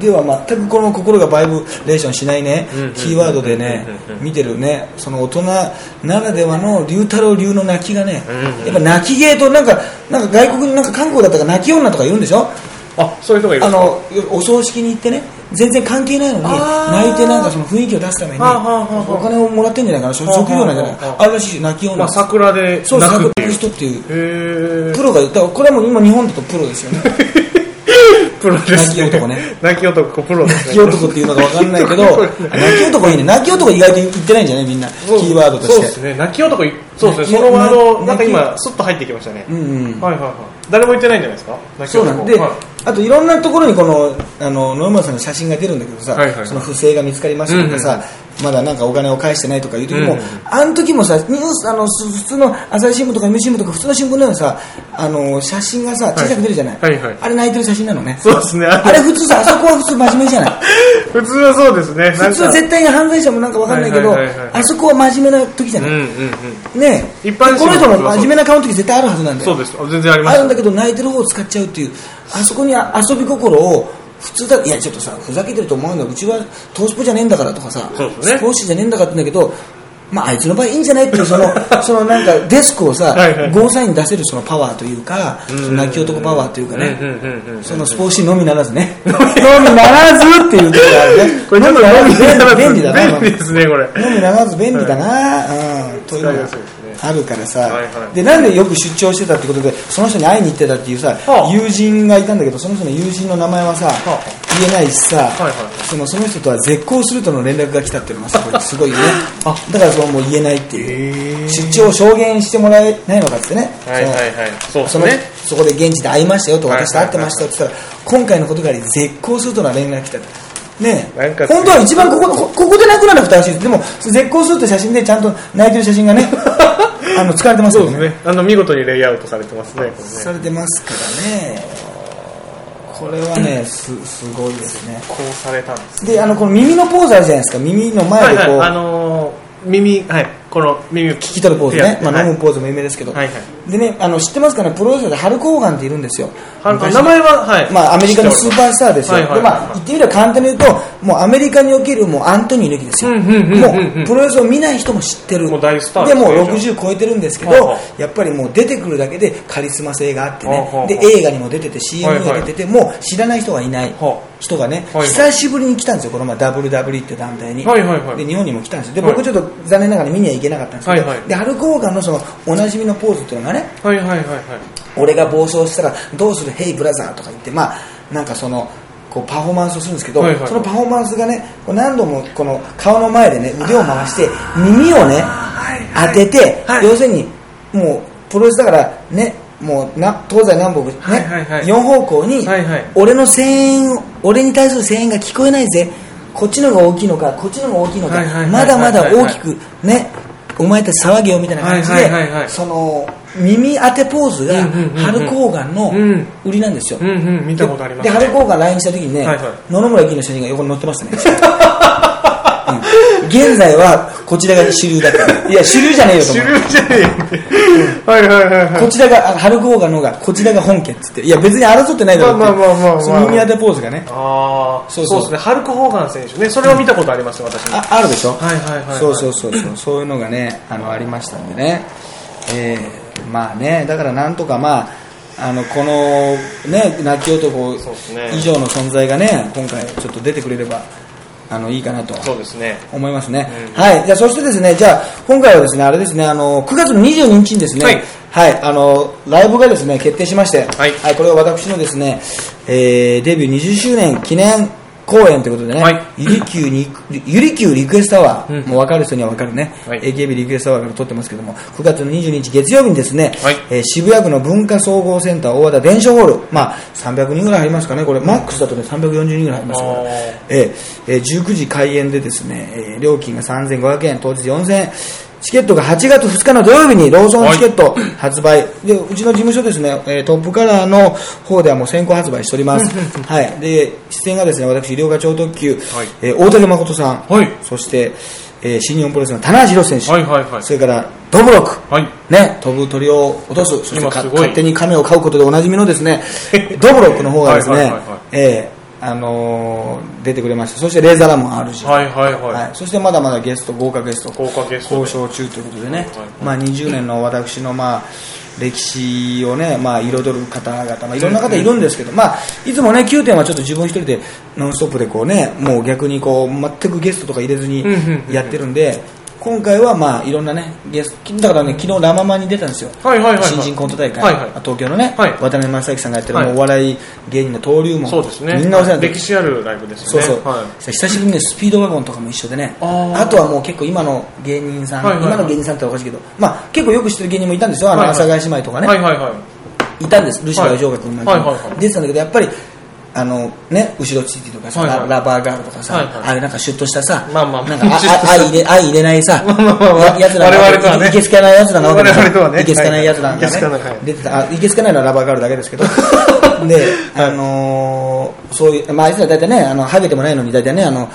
Speaker 1: では全くこの心がバイブレーションしないね
Speaker 2: うんうん
Speaker 1: キーワードでね
Speaker 2: うんうん
Speaker 1: 見てるねその大人ならではの龍太郎流の泣きがね
Speaker 2: うんうん
Speaker 1: やっぱ泣き芸となんかなんか外国になんか韓国だったから泣き女とか言うんでしょ
Speaker 2: あそういう人がいる
Speaker 1: あのお葬式に行ってね全然関係ないのに
Speaker 2: あー
Speaker 1: 泣いてなんかその雰囲気を出すために
Speaker 2: はあはあはあ
Speaker 1: お金をもらってんじゃないかなそれ職業なんじゃない
Speaker 2: はあはあ
Speaker 1: か
Speaker 2: はあ
Speaker 1: あるらしい泣き
Speaker 2: ま
Speaker 1: 女
Speaker 2: あ、桜で
Speaker 1: そう
Speaker 2: 泣く
Speaker 1: 作
Speaker 2: ってい
Speaker 1: る
Speaker 2: う
Speaker 1: 人っていう
Speaker 2: へ
Speaker 1: プ
Speaker 2: ー
Speaker 1: ロが言ったこれはもう今日本だとプロですよ
Speaker 2: [LAUGHS]
Speaker 1: ね
Speaker 2: プロです
Speaker 1: 泣
Speaker 2: ね
Speaker 1: き男ね
Speaker 2: 泣き男プロですね
Speaker 1: 泣き男っていうのが分かんないけど泣き男いいね泣き男意外と言ってないんじゃないみんなキ
Speaker 2: そう
Speaker 1: ーワードと
Speaker 2: そう
Speaker 1: し
Speaker 2: で
Speaker 1: て
Speaker 2: すね泣き男いそうですね
Speaker 1: 泣き
Speaker 2: そのワー
Speaker 1: 泣
Speaker 2: ドなんか
Speaker 1: 泣
Speaker 2: 今スッと入ってきましたね、
Speaker 1: うんうん
Speaker 2: はいはいはい誰も言ってないんじゃないですか泣き
Speaker 1: そう
Speaker 2: 男
Speaker 1: なんで、
Speaker 2: はい
Speaker 1: あといろんなところにこのあの野々村さんの写真が出るんだけどさ、
Speaker 2: はいはいはい
Speaker 1: その不正が見つかりましたとかさ、まだなんかお金を返してないとかいう時も、
Speaker 2: うん
Speaker 1: あの時もさニュースあのす普通の朝日新聞とか読売新聞とか普通の新聞のようなさあの写真がさ小さく出るじゃない、
Speaker 2: はいはい
Speaker 1: あれ泣いてる写真なのね
Speaker 2: そうですねあ
Speaker 1: あれ普通さあそこは普通真面目じゃ
Speaker 2: [LAUGHS]
Speaker 1: ない
Speaker 2: 普通はそうですね
Speaker 1: 普通は絶対に犯罪者もなんかわかんないけど、
Speaker 2: はいはいはいはい
Speaker 1: あそこは真面目な時じゃ
Speaker 2: う
Speaker 1: なんい、
Speaker 2: うんうん
Speaker 1: ねえ
Speaker 2: 一般
Speaker 1: こ
Speaker 2: 人
Speaker 1: の
Speaker 2: も
Speaker 1: 人も真面目な顔の時絶対あるはずなんだよ
Speaker 2: そうですあ全然ありま
Speaker 1: あ
Speaker 2: す
Speaker 1: るんだけど泣いてる方を使っちゃうっていうあそこにあ遊び心を普通だいやちょっとさふざけてると思うんだうちは東スポじゃねえんだからとかさ
Speaker 2: そうですね
Speaker 1: スポーツじゃねえんだからって言うんだけどまああいつの場合いいんじゃないっていうそのそのなんかデスクをさ
Speaker 2: はいはい
Speaker 1: ゴーサインに出せるそのパワーというかその泣き男パワーというか
Speaker 2: うん
Speaker 1: ね
Speaker 2: うんうんうん
Speaker 1: そのスポーツのみならずね
Speaker 2: [LAUGHS]
Speaker 1: のみならずっていうところがあるね
Speaker 2: これちょっと
Speaker 1: 便利だな
Speaker 2: 便利ですねこれ
Speaker 1: 飲みならず便利だな、うん、というの
Speaker 2: 使いや
Speaker 1: が
Speaker 2: すいですね
Speaker 1: あるからさ、
Speaker 2: はいはい
Speaker 1: でなんでよく出張してたってことでその人に会いに行ってたっていうさ、
Speaker 2: はあ
Speaker 1: 友人がいたんだけどその人の友人の名前はさ、
Speaker 2: は
Speaker 1: 言えないしさ、
Speaker 2: はいはい
Speaker 1: そのその人とは絶交するとの連絡が来たっていうのがさこれすご
Speaker 2: [LAUGHS]
Speaker 1: いねあだからそのもう言えないって
Speaker 2: へ
Speaker 1: い
Speaker 2: え
Speaker 1: う出張を証言してもらえないのかっつってね、
Speaker 2: はいはいはいそうで
Speaker 1: そ
Speaker 2: す
Speaker 1: の
Speaker 2: ね
Speaker 1: そこで現地で会いましたよと
Speaker 2: はいはい
Speaker 1: 私と会ってましたよって言ったら今回のことから絶交するとの連絡が来たね
Speaker 2: なんか
Speaker 1: え本当は一番こここここで泣くならふさわしいですでもその絶交すると写真でちゃんと泣いてる写真が
Speaker 2: [LAUGHS]
Speaker 1: ねあの使われてます
Speaker 2: そう
Speaker 1: よ
Speaker 2: で
Speaker 1: ね
Speaker 2: すねあの見事にレイアウトされてますねこれね
Speaker 1: されてますからねこれはねすすごいですね
Speaker 2: こうされたんです
Speaker 1: であのこの耳のポーズあるじゃないですか耳の
Speaker 2: は
Speaker 1: 前で
Speaker 2: いは
Speaker 1: こ
Speaker 2: いうあのー耳はいこの耳を聞
Speaker 1: 聞き取るポーズね、まあ、飲む
Speaker 2: む
Speaker 1: ポーズも有名ですけど、
Speaker 2: はいはい
Speaker 1: でねあの知ってますかねプロレスラーでハル・コーガンっているんですよ昔の
Speaker 2: 名前ははい
Speaker 1: まあ、アメリカのスーパースターですよ、
Speaker 2: はいはい
Speaker 1: でまあ、言ってみれば簡単に言うと、もうアメリカにおけるもうアントニー猪木ですよ、
Speaker 2: うんうんうんうんうん
Speaker 1: もうプロレスを見ない人も知ってる、
Speaker 2: もう大スターで
Speaker 1: です
Speaker 2: よ
Speaker 1: もう60超えてるんですけど、
Speaker 2: はいは
Speaker 1: やっぱりもう出てくるだけでカリスマ性があってね、
Speaker 2: はいはいはい
Speaker 1: で映画にも出てて、CM にも出てて、もう知らない人がいない
Speaker 2: は
Speaker 1: 人がね、
Speaker 2: はいはい
Speaker 1: 久しぶりに来たんですよ、この前、WWE って団体に、
Speaker 2: はいはいはい
Speaker 1: で、日本にも来たんですよ、で
Speaker 2: はい
Speaker 1: 僕、ちょっと残念ながら見には行けなかったんですけど、
Speaker 2: はいはい
Speaker 1: でハル・コーガンのそのおなじみのポーズっていうのがね、
Speaker 2: はいはいはいはい
Speaker 1: 俺が暴走したらどうする「ヘイブラザー」とか言ってまあなんかそのこうパフォーマンスをするんですけど、
Speaker 2: はいはい
Speaker 1: そのパフォーマンスがねこう何度もこの顔の前でね腕を回して耳をね当てて、
Speaker 2: はい
Speaker 1: 要するにもうプロレスだからねもうな東西南北、ね
Speaker 2: はいはいはい
Speaker 1: 4方向に、
Speaker 2: はいはい
Speaker 1: 俺の声援を俺に対する声援が聞こえないぜこっちのが大きいのかこっちのが大きいのか、
Speaker 2: はいはいはいはい
Speaker 1: まだまだ大きくねお前たち騒げよみたいな感じで、
Speaker 2: はいはいはいはい
Speaker 1: その耳当てポーズが
Speaker 2: うんうんうんうん
Speaker 1: ハル・コーガンの
Speaker 2: うん
Speaker 1: 売りなんですよ、
Speaker 2: うんうん見たことあります
Speaker 1: でハル・コーガン来日した時にね、
Speaker 2: はいはい
Speaker 1: 野々村議員の写真が横に載ってましたねうん現在はこちらが主流だったいや主流じゃねえよと
Speaker 2: 主
Speaker 1: 思う
Speaker 2: 流じゃねえよはいはいはいはい
Speaker 1: こちらがあハル・コーガンの方がこちらが本家っつっていや別に争ってないだろうって
Speaker 2: まあまあまあまあまあ
Speaker 1: その耳当てポーズがね
Speaker 2: ああ
Speaker 1: そ
Speaker 2: そうう
Speaker 1: そう
Speaker 2: ですねハルク・ホーガン選手ねそれは見たことあります私も
Speaker 1: ああるでしょ
Speaker 2: はいはいはいはい
Speaker 1: そうそうそう
Speaker 2: [LAUGHS]
Speaker 1: そうそういうのがねあのありましたんでね、えーまあねだからなんとかまああのこのね泣き男
Speaker 2: そうですね
Speaker 1: 以上の存在がね今回ちょっと出てくれればあのいいかなと
Speaker 2: そうですね
Speaker 1: 思いますね、はいじゃあそしてですねじゃあ今回はですねあれですねあの9月の22日にですね
Speaker 2: はい
Speaker 1: はいあのライブがですね決定しまして
Speaker 2: はい
Speaker 1: これは私のですね、えーデビュー20周年記念公演ということでね、
Speaker 2: はい
Speaker 1: ゆりきゅうにゆりきゅうリクエストアワー、
Speaker 2: うん
Speaker 1: もう分かる人には分かるね、
Speaker 2: はい
Speaker 1: AKB リクエストアワーから撮ってますけども9月の22日月曜日にですね、
Speaker 2: はい
Speaker 1: えー渋谷区の文化総合センター大和田伝承ホール、まあ、300人ぐらい入りますかねこれマックスだとね340人ぐらい入りますから
Speaker 2: あー
Speaker 1: えーえー19時開演でですね、えー料金が3500円当日4000円チケットが8月2日の土曜日にローソンチケット発売、でうちの事務所ですね、えートップカラーの方ではもう先行発売しております、はい、で出演がですね私両課長特急、
Speaker 2: い
Speaker 1: えー大竹誠さん、
Speaker 2: はい
Speaker 1: そして、えー新日本プロレスの棚橋宏選手、
Speaker 2: はいはいはい
Speaker 1: それからドブロック、
Speaker 2: はい
Speaker 1: ね、飛ぶ鳥を落とす、そして
Speaker 2: 今
Speaker 1: か
Speaker 2: すごい
Speaker 1: 勝手に亀を飼うことでおなじみのです
Speaker 2: [LAUGHS]
Speaker 1: ねドブロックの方がです
Speaker 2: はい
Speaker 1: ね
Speaker 2: はいはいはい、
Speaker 1: えーあのー出てくれました、そしてレーザーラモン RG、
Speaker 2: はいはいは
Speaker 1: はい、そしてまだまだゲスト豪華ゲスト
Speaker 2: 豪華ゲストで
Speaker 1: 交渉中ということでね、
Speaker 2: はいはい
Speaker 1: まあ、20年の私の、まあ、歴史をね、まあ、彩る方々、まあ、いろんな方いるんですけど、まあ、いつもね9点はちょっと自分一人で「ノンストップ!」でこうねもう逆にこう全くゲストとか入れずに
Speaker 2: うんうんうん
Speaker 1: やってるんで。今回はまあいろんなねゲストだからね昨日ラ・ママに出たんですよ、
Speaker 2: はいはいはいはい
Speaker 1: 新人コント大会、
Speaker 2: はいはい
Speaker 1: 東京のね、
Speaker 2: はい
Speaker 1: 渡辺正行さんがやってる
Speaker 2: はい
Speaker 1: もうお笑い芸人の登竜
Speaker 2: い
Speaker 1: 門
Speaker 2: そうですね
Speaker 1: みんなお世話になって
Speaker 2: 歴史あるライブです
Speaker 1: そ
Speaker 2: よ
Speaker 1: う
Speaker 2: ね
Speaker 1: そう、
Speaker 2: はい
Speaker 1: 久しぶりにねスピードワゴンとかも一緒でね
Speaker 2: あー
Speaker 1: あとはもう結構今の芸人さん、
Speaker 2: はいはいはい
Speaker 1: 今の芸人さんっておかしいけど、まあ、結構よく知ってる芸人もいたんですよあの
Speaker 2: はい
Speaker 1: 阿
Speaker 2: はい
Speaker 1: 佐ヶ谷姉妹とかね、
Speaker 2: はいはいはい
Speaker 1: い、たんですルシファー・ジョーガ君なんかも
Speaker 2: はいはいはい
Speaker 1: 出てたんだけどやっぱりあのね、後ろついてとかさ、
Speaker 2: はいはい
Speaker 1: ララバーガールとかさ、
Speaker 2: はいはい
Speaker 1: あれなんかシュッとしたさ、
Speaker 2: まあまあ
Speaker 1: なんかああ
Speaker 2: シュッとした
Speaker 1: 愛入れ愛入れないさ、
Speaker 2: [LAUGHS] まあまあまあまあ
Speaker 1: ややつらが
Speaker 2: 我々とはね
Speaker 1: いけつかないやつらなわけで
Speaker 2: 我々とはね
Speaker 1: いけつかないやつら
Speaker 2: はいいけつかないは
Speaker 1: が
Speaker 2: い
Speaker 1: ね、出てた、あいけつかないのはラバーガールだけですけ
Speaker 2: [LAUGHS]
Speaker 1: ど、で、あのーそういう、まあ、あいつら大体ね、あのハゲてもないのに大体ね、あの、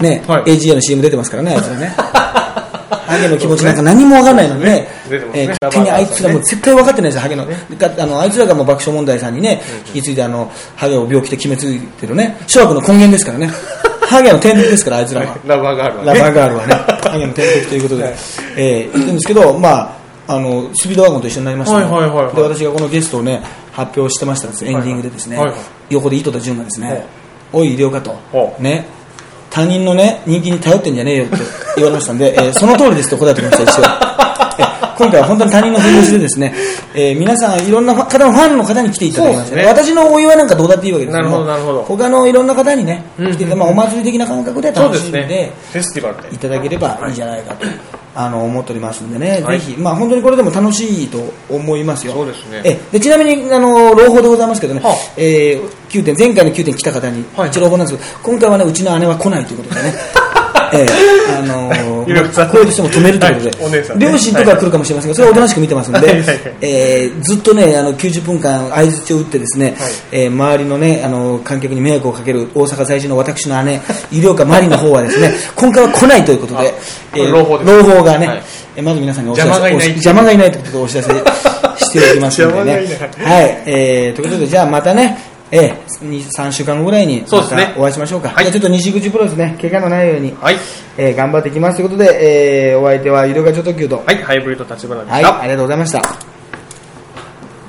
Speaker 1: ね、
Speaker 2: はい
Speaker 1: AGA の CM 出てますからね、あいつら
Speaker 2: [LAUGHS]
Speaker 1: ね。ハゲの気持ちなんか何もわかんないのにね、
Speaker 2: 出てますね
Speaker 1: えー勝手にあいつらもう絶対分かってないですよ、ハゲの。だあのあいつらがもう爆笑問題さんにね、引き継いであの、ハゲを病気で決めついてるね、諸悪の根源ですからね、ハゲの天敵ですから、あいつらは。
Speaker 2: ラバーガールは
Speaker 1: ラ
Speaker 2: ね
Speaker 1: バーガールは
Speaker 2: [LAUGHS]
Speaker 1: ね、ハゲの天敵ということで、えー言ってるんですけど、まあ、あのスピードワゴンと一緒になりましたね、
Speaker 2: はいはいはいはい
Speaker 1: で私がこのゲストをね発表してましたんですエンディングでですね、
Speaker 2: はいはい
Speaker 1: 横で井戸田潤がですね、
Speaker 2: はい
Speaker 1: おい入れようかと
Speaker 2: は、い
Speaker 1: ね、他人のね人気に頼ってんじゃねえよって言われましたんで、えーその通りですと答えてました一応えー今回は本当に他人のふりをしてですね、えー皆さんいろんな方のファンの方に来ていただきまして、
Speaker 2: そうですね
Speaker 1: 私のお祝いなんかどうだっていいわけですけ
Speaker 2: なるほどなるほど
Speaker 1: 他のいろんな方にね
Speaker 2: うんうん
Speaker 1: 来ていただいて、まあ、お祭り的な感覚で
Speaker 2: そう
Speaker 1: 楽
Speaker 2: で
Speaker 1: し
Speaker 2: す
Speaker 1: んで
Speaker 2: ねフェスティバルで
Speaker 1: いただければいいんじゃないかと、あの思っておりますんでね、
Speaker 2: はい
Speaker 1: ぜひ、まあ、本当にこれでも楽しいと思いますよ、
Speaker 2: そうですね
Speaker 1: えでちなみにあの朗報でございますけどね、
Speaker 2: はあ
Speaker 1: えー9点前回の9点来た方に、
Speaker 2: はい
Speaker 1: 一応朗報なんですけど、今回は、ね、うちの姉は来ないということ
Speaker 2: [LAUGHS]
Speaker 1: でね。ええあの
Speaker 2: いろいろ
Speaker 1: ー、声としても止めるということで、
Speaker 2: はいお姉さんね
Speaker 1: 両親とかは来るかもしれませんが、それはおとなしく見てますんで、
Speaker 2: はいはいはい
Speaker 1: えーずっとね、あの90分間、相づちを打って、ですね、えー周りのね、あの観客に迷惑をかける大阪在住の私の姉、 [LAUGHS] 医療科マリの方はですね、今回は来ないということ
Speaker 2: あ
Speaker 1: で、えー
Speaker 2: 朗報です
Speaker 1: がね、
Speaker 2: はい
Speaker 1: えーまず皆さんにお知らせ
Speaker 2: 邪魔がいない
Speaker 1: お邪魔がいないということでお知らせしておきますのでね。
Speaker 2: [LAUGHS] 邪魔が
Speaker 1: はい、えーということで、じゃあまたね、えー、3週間後ぐらいにま
Speaker 2: そうですね
Speaker 1: たお会いしましょうか。
Speaker 2: はい
Speaker 1: じゃあちょっと西口プロですね、怪我のないように、
Speaker 2: はい
Speaker 1: えー頑張っていきますということで、えーお相手は医療科超特急と、
Speaker 2: はいハイブリッド立花で
Speaker 1: は
Speaker 2: し
Speaker 1: い、
Speaker 2: た
Speaker 1: ありがとうございました。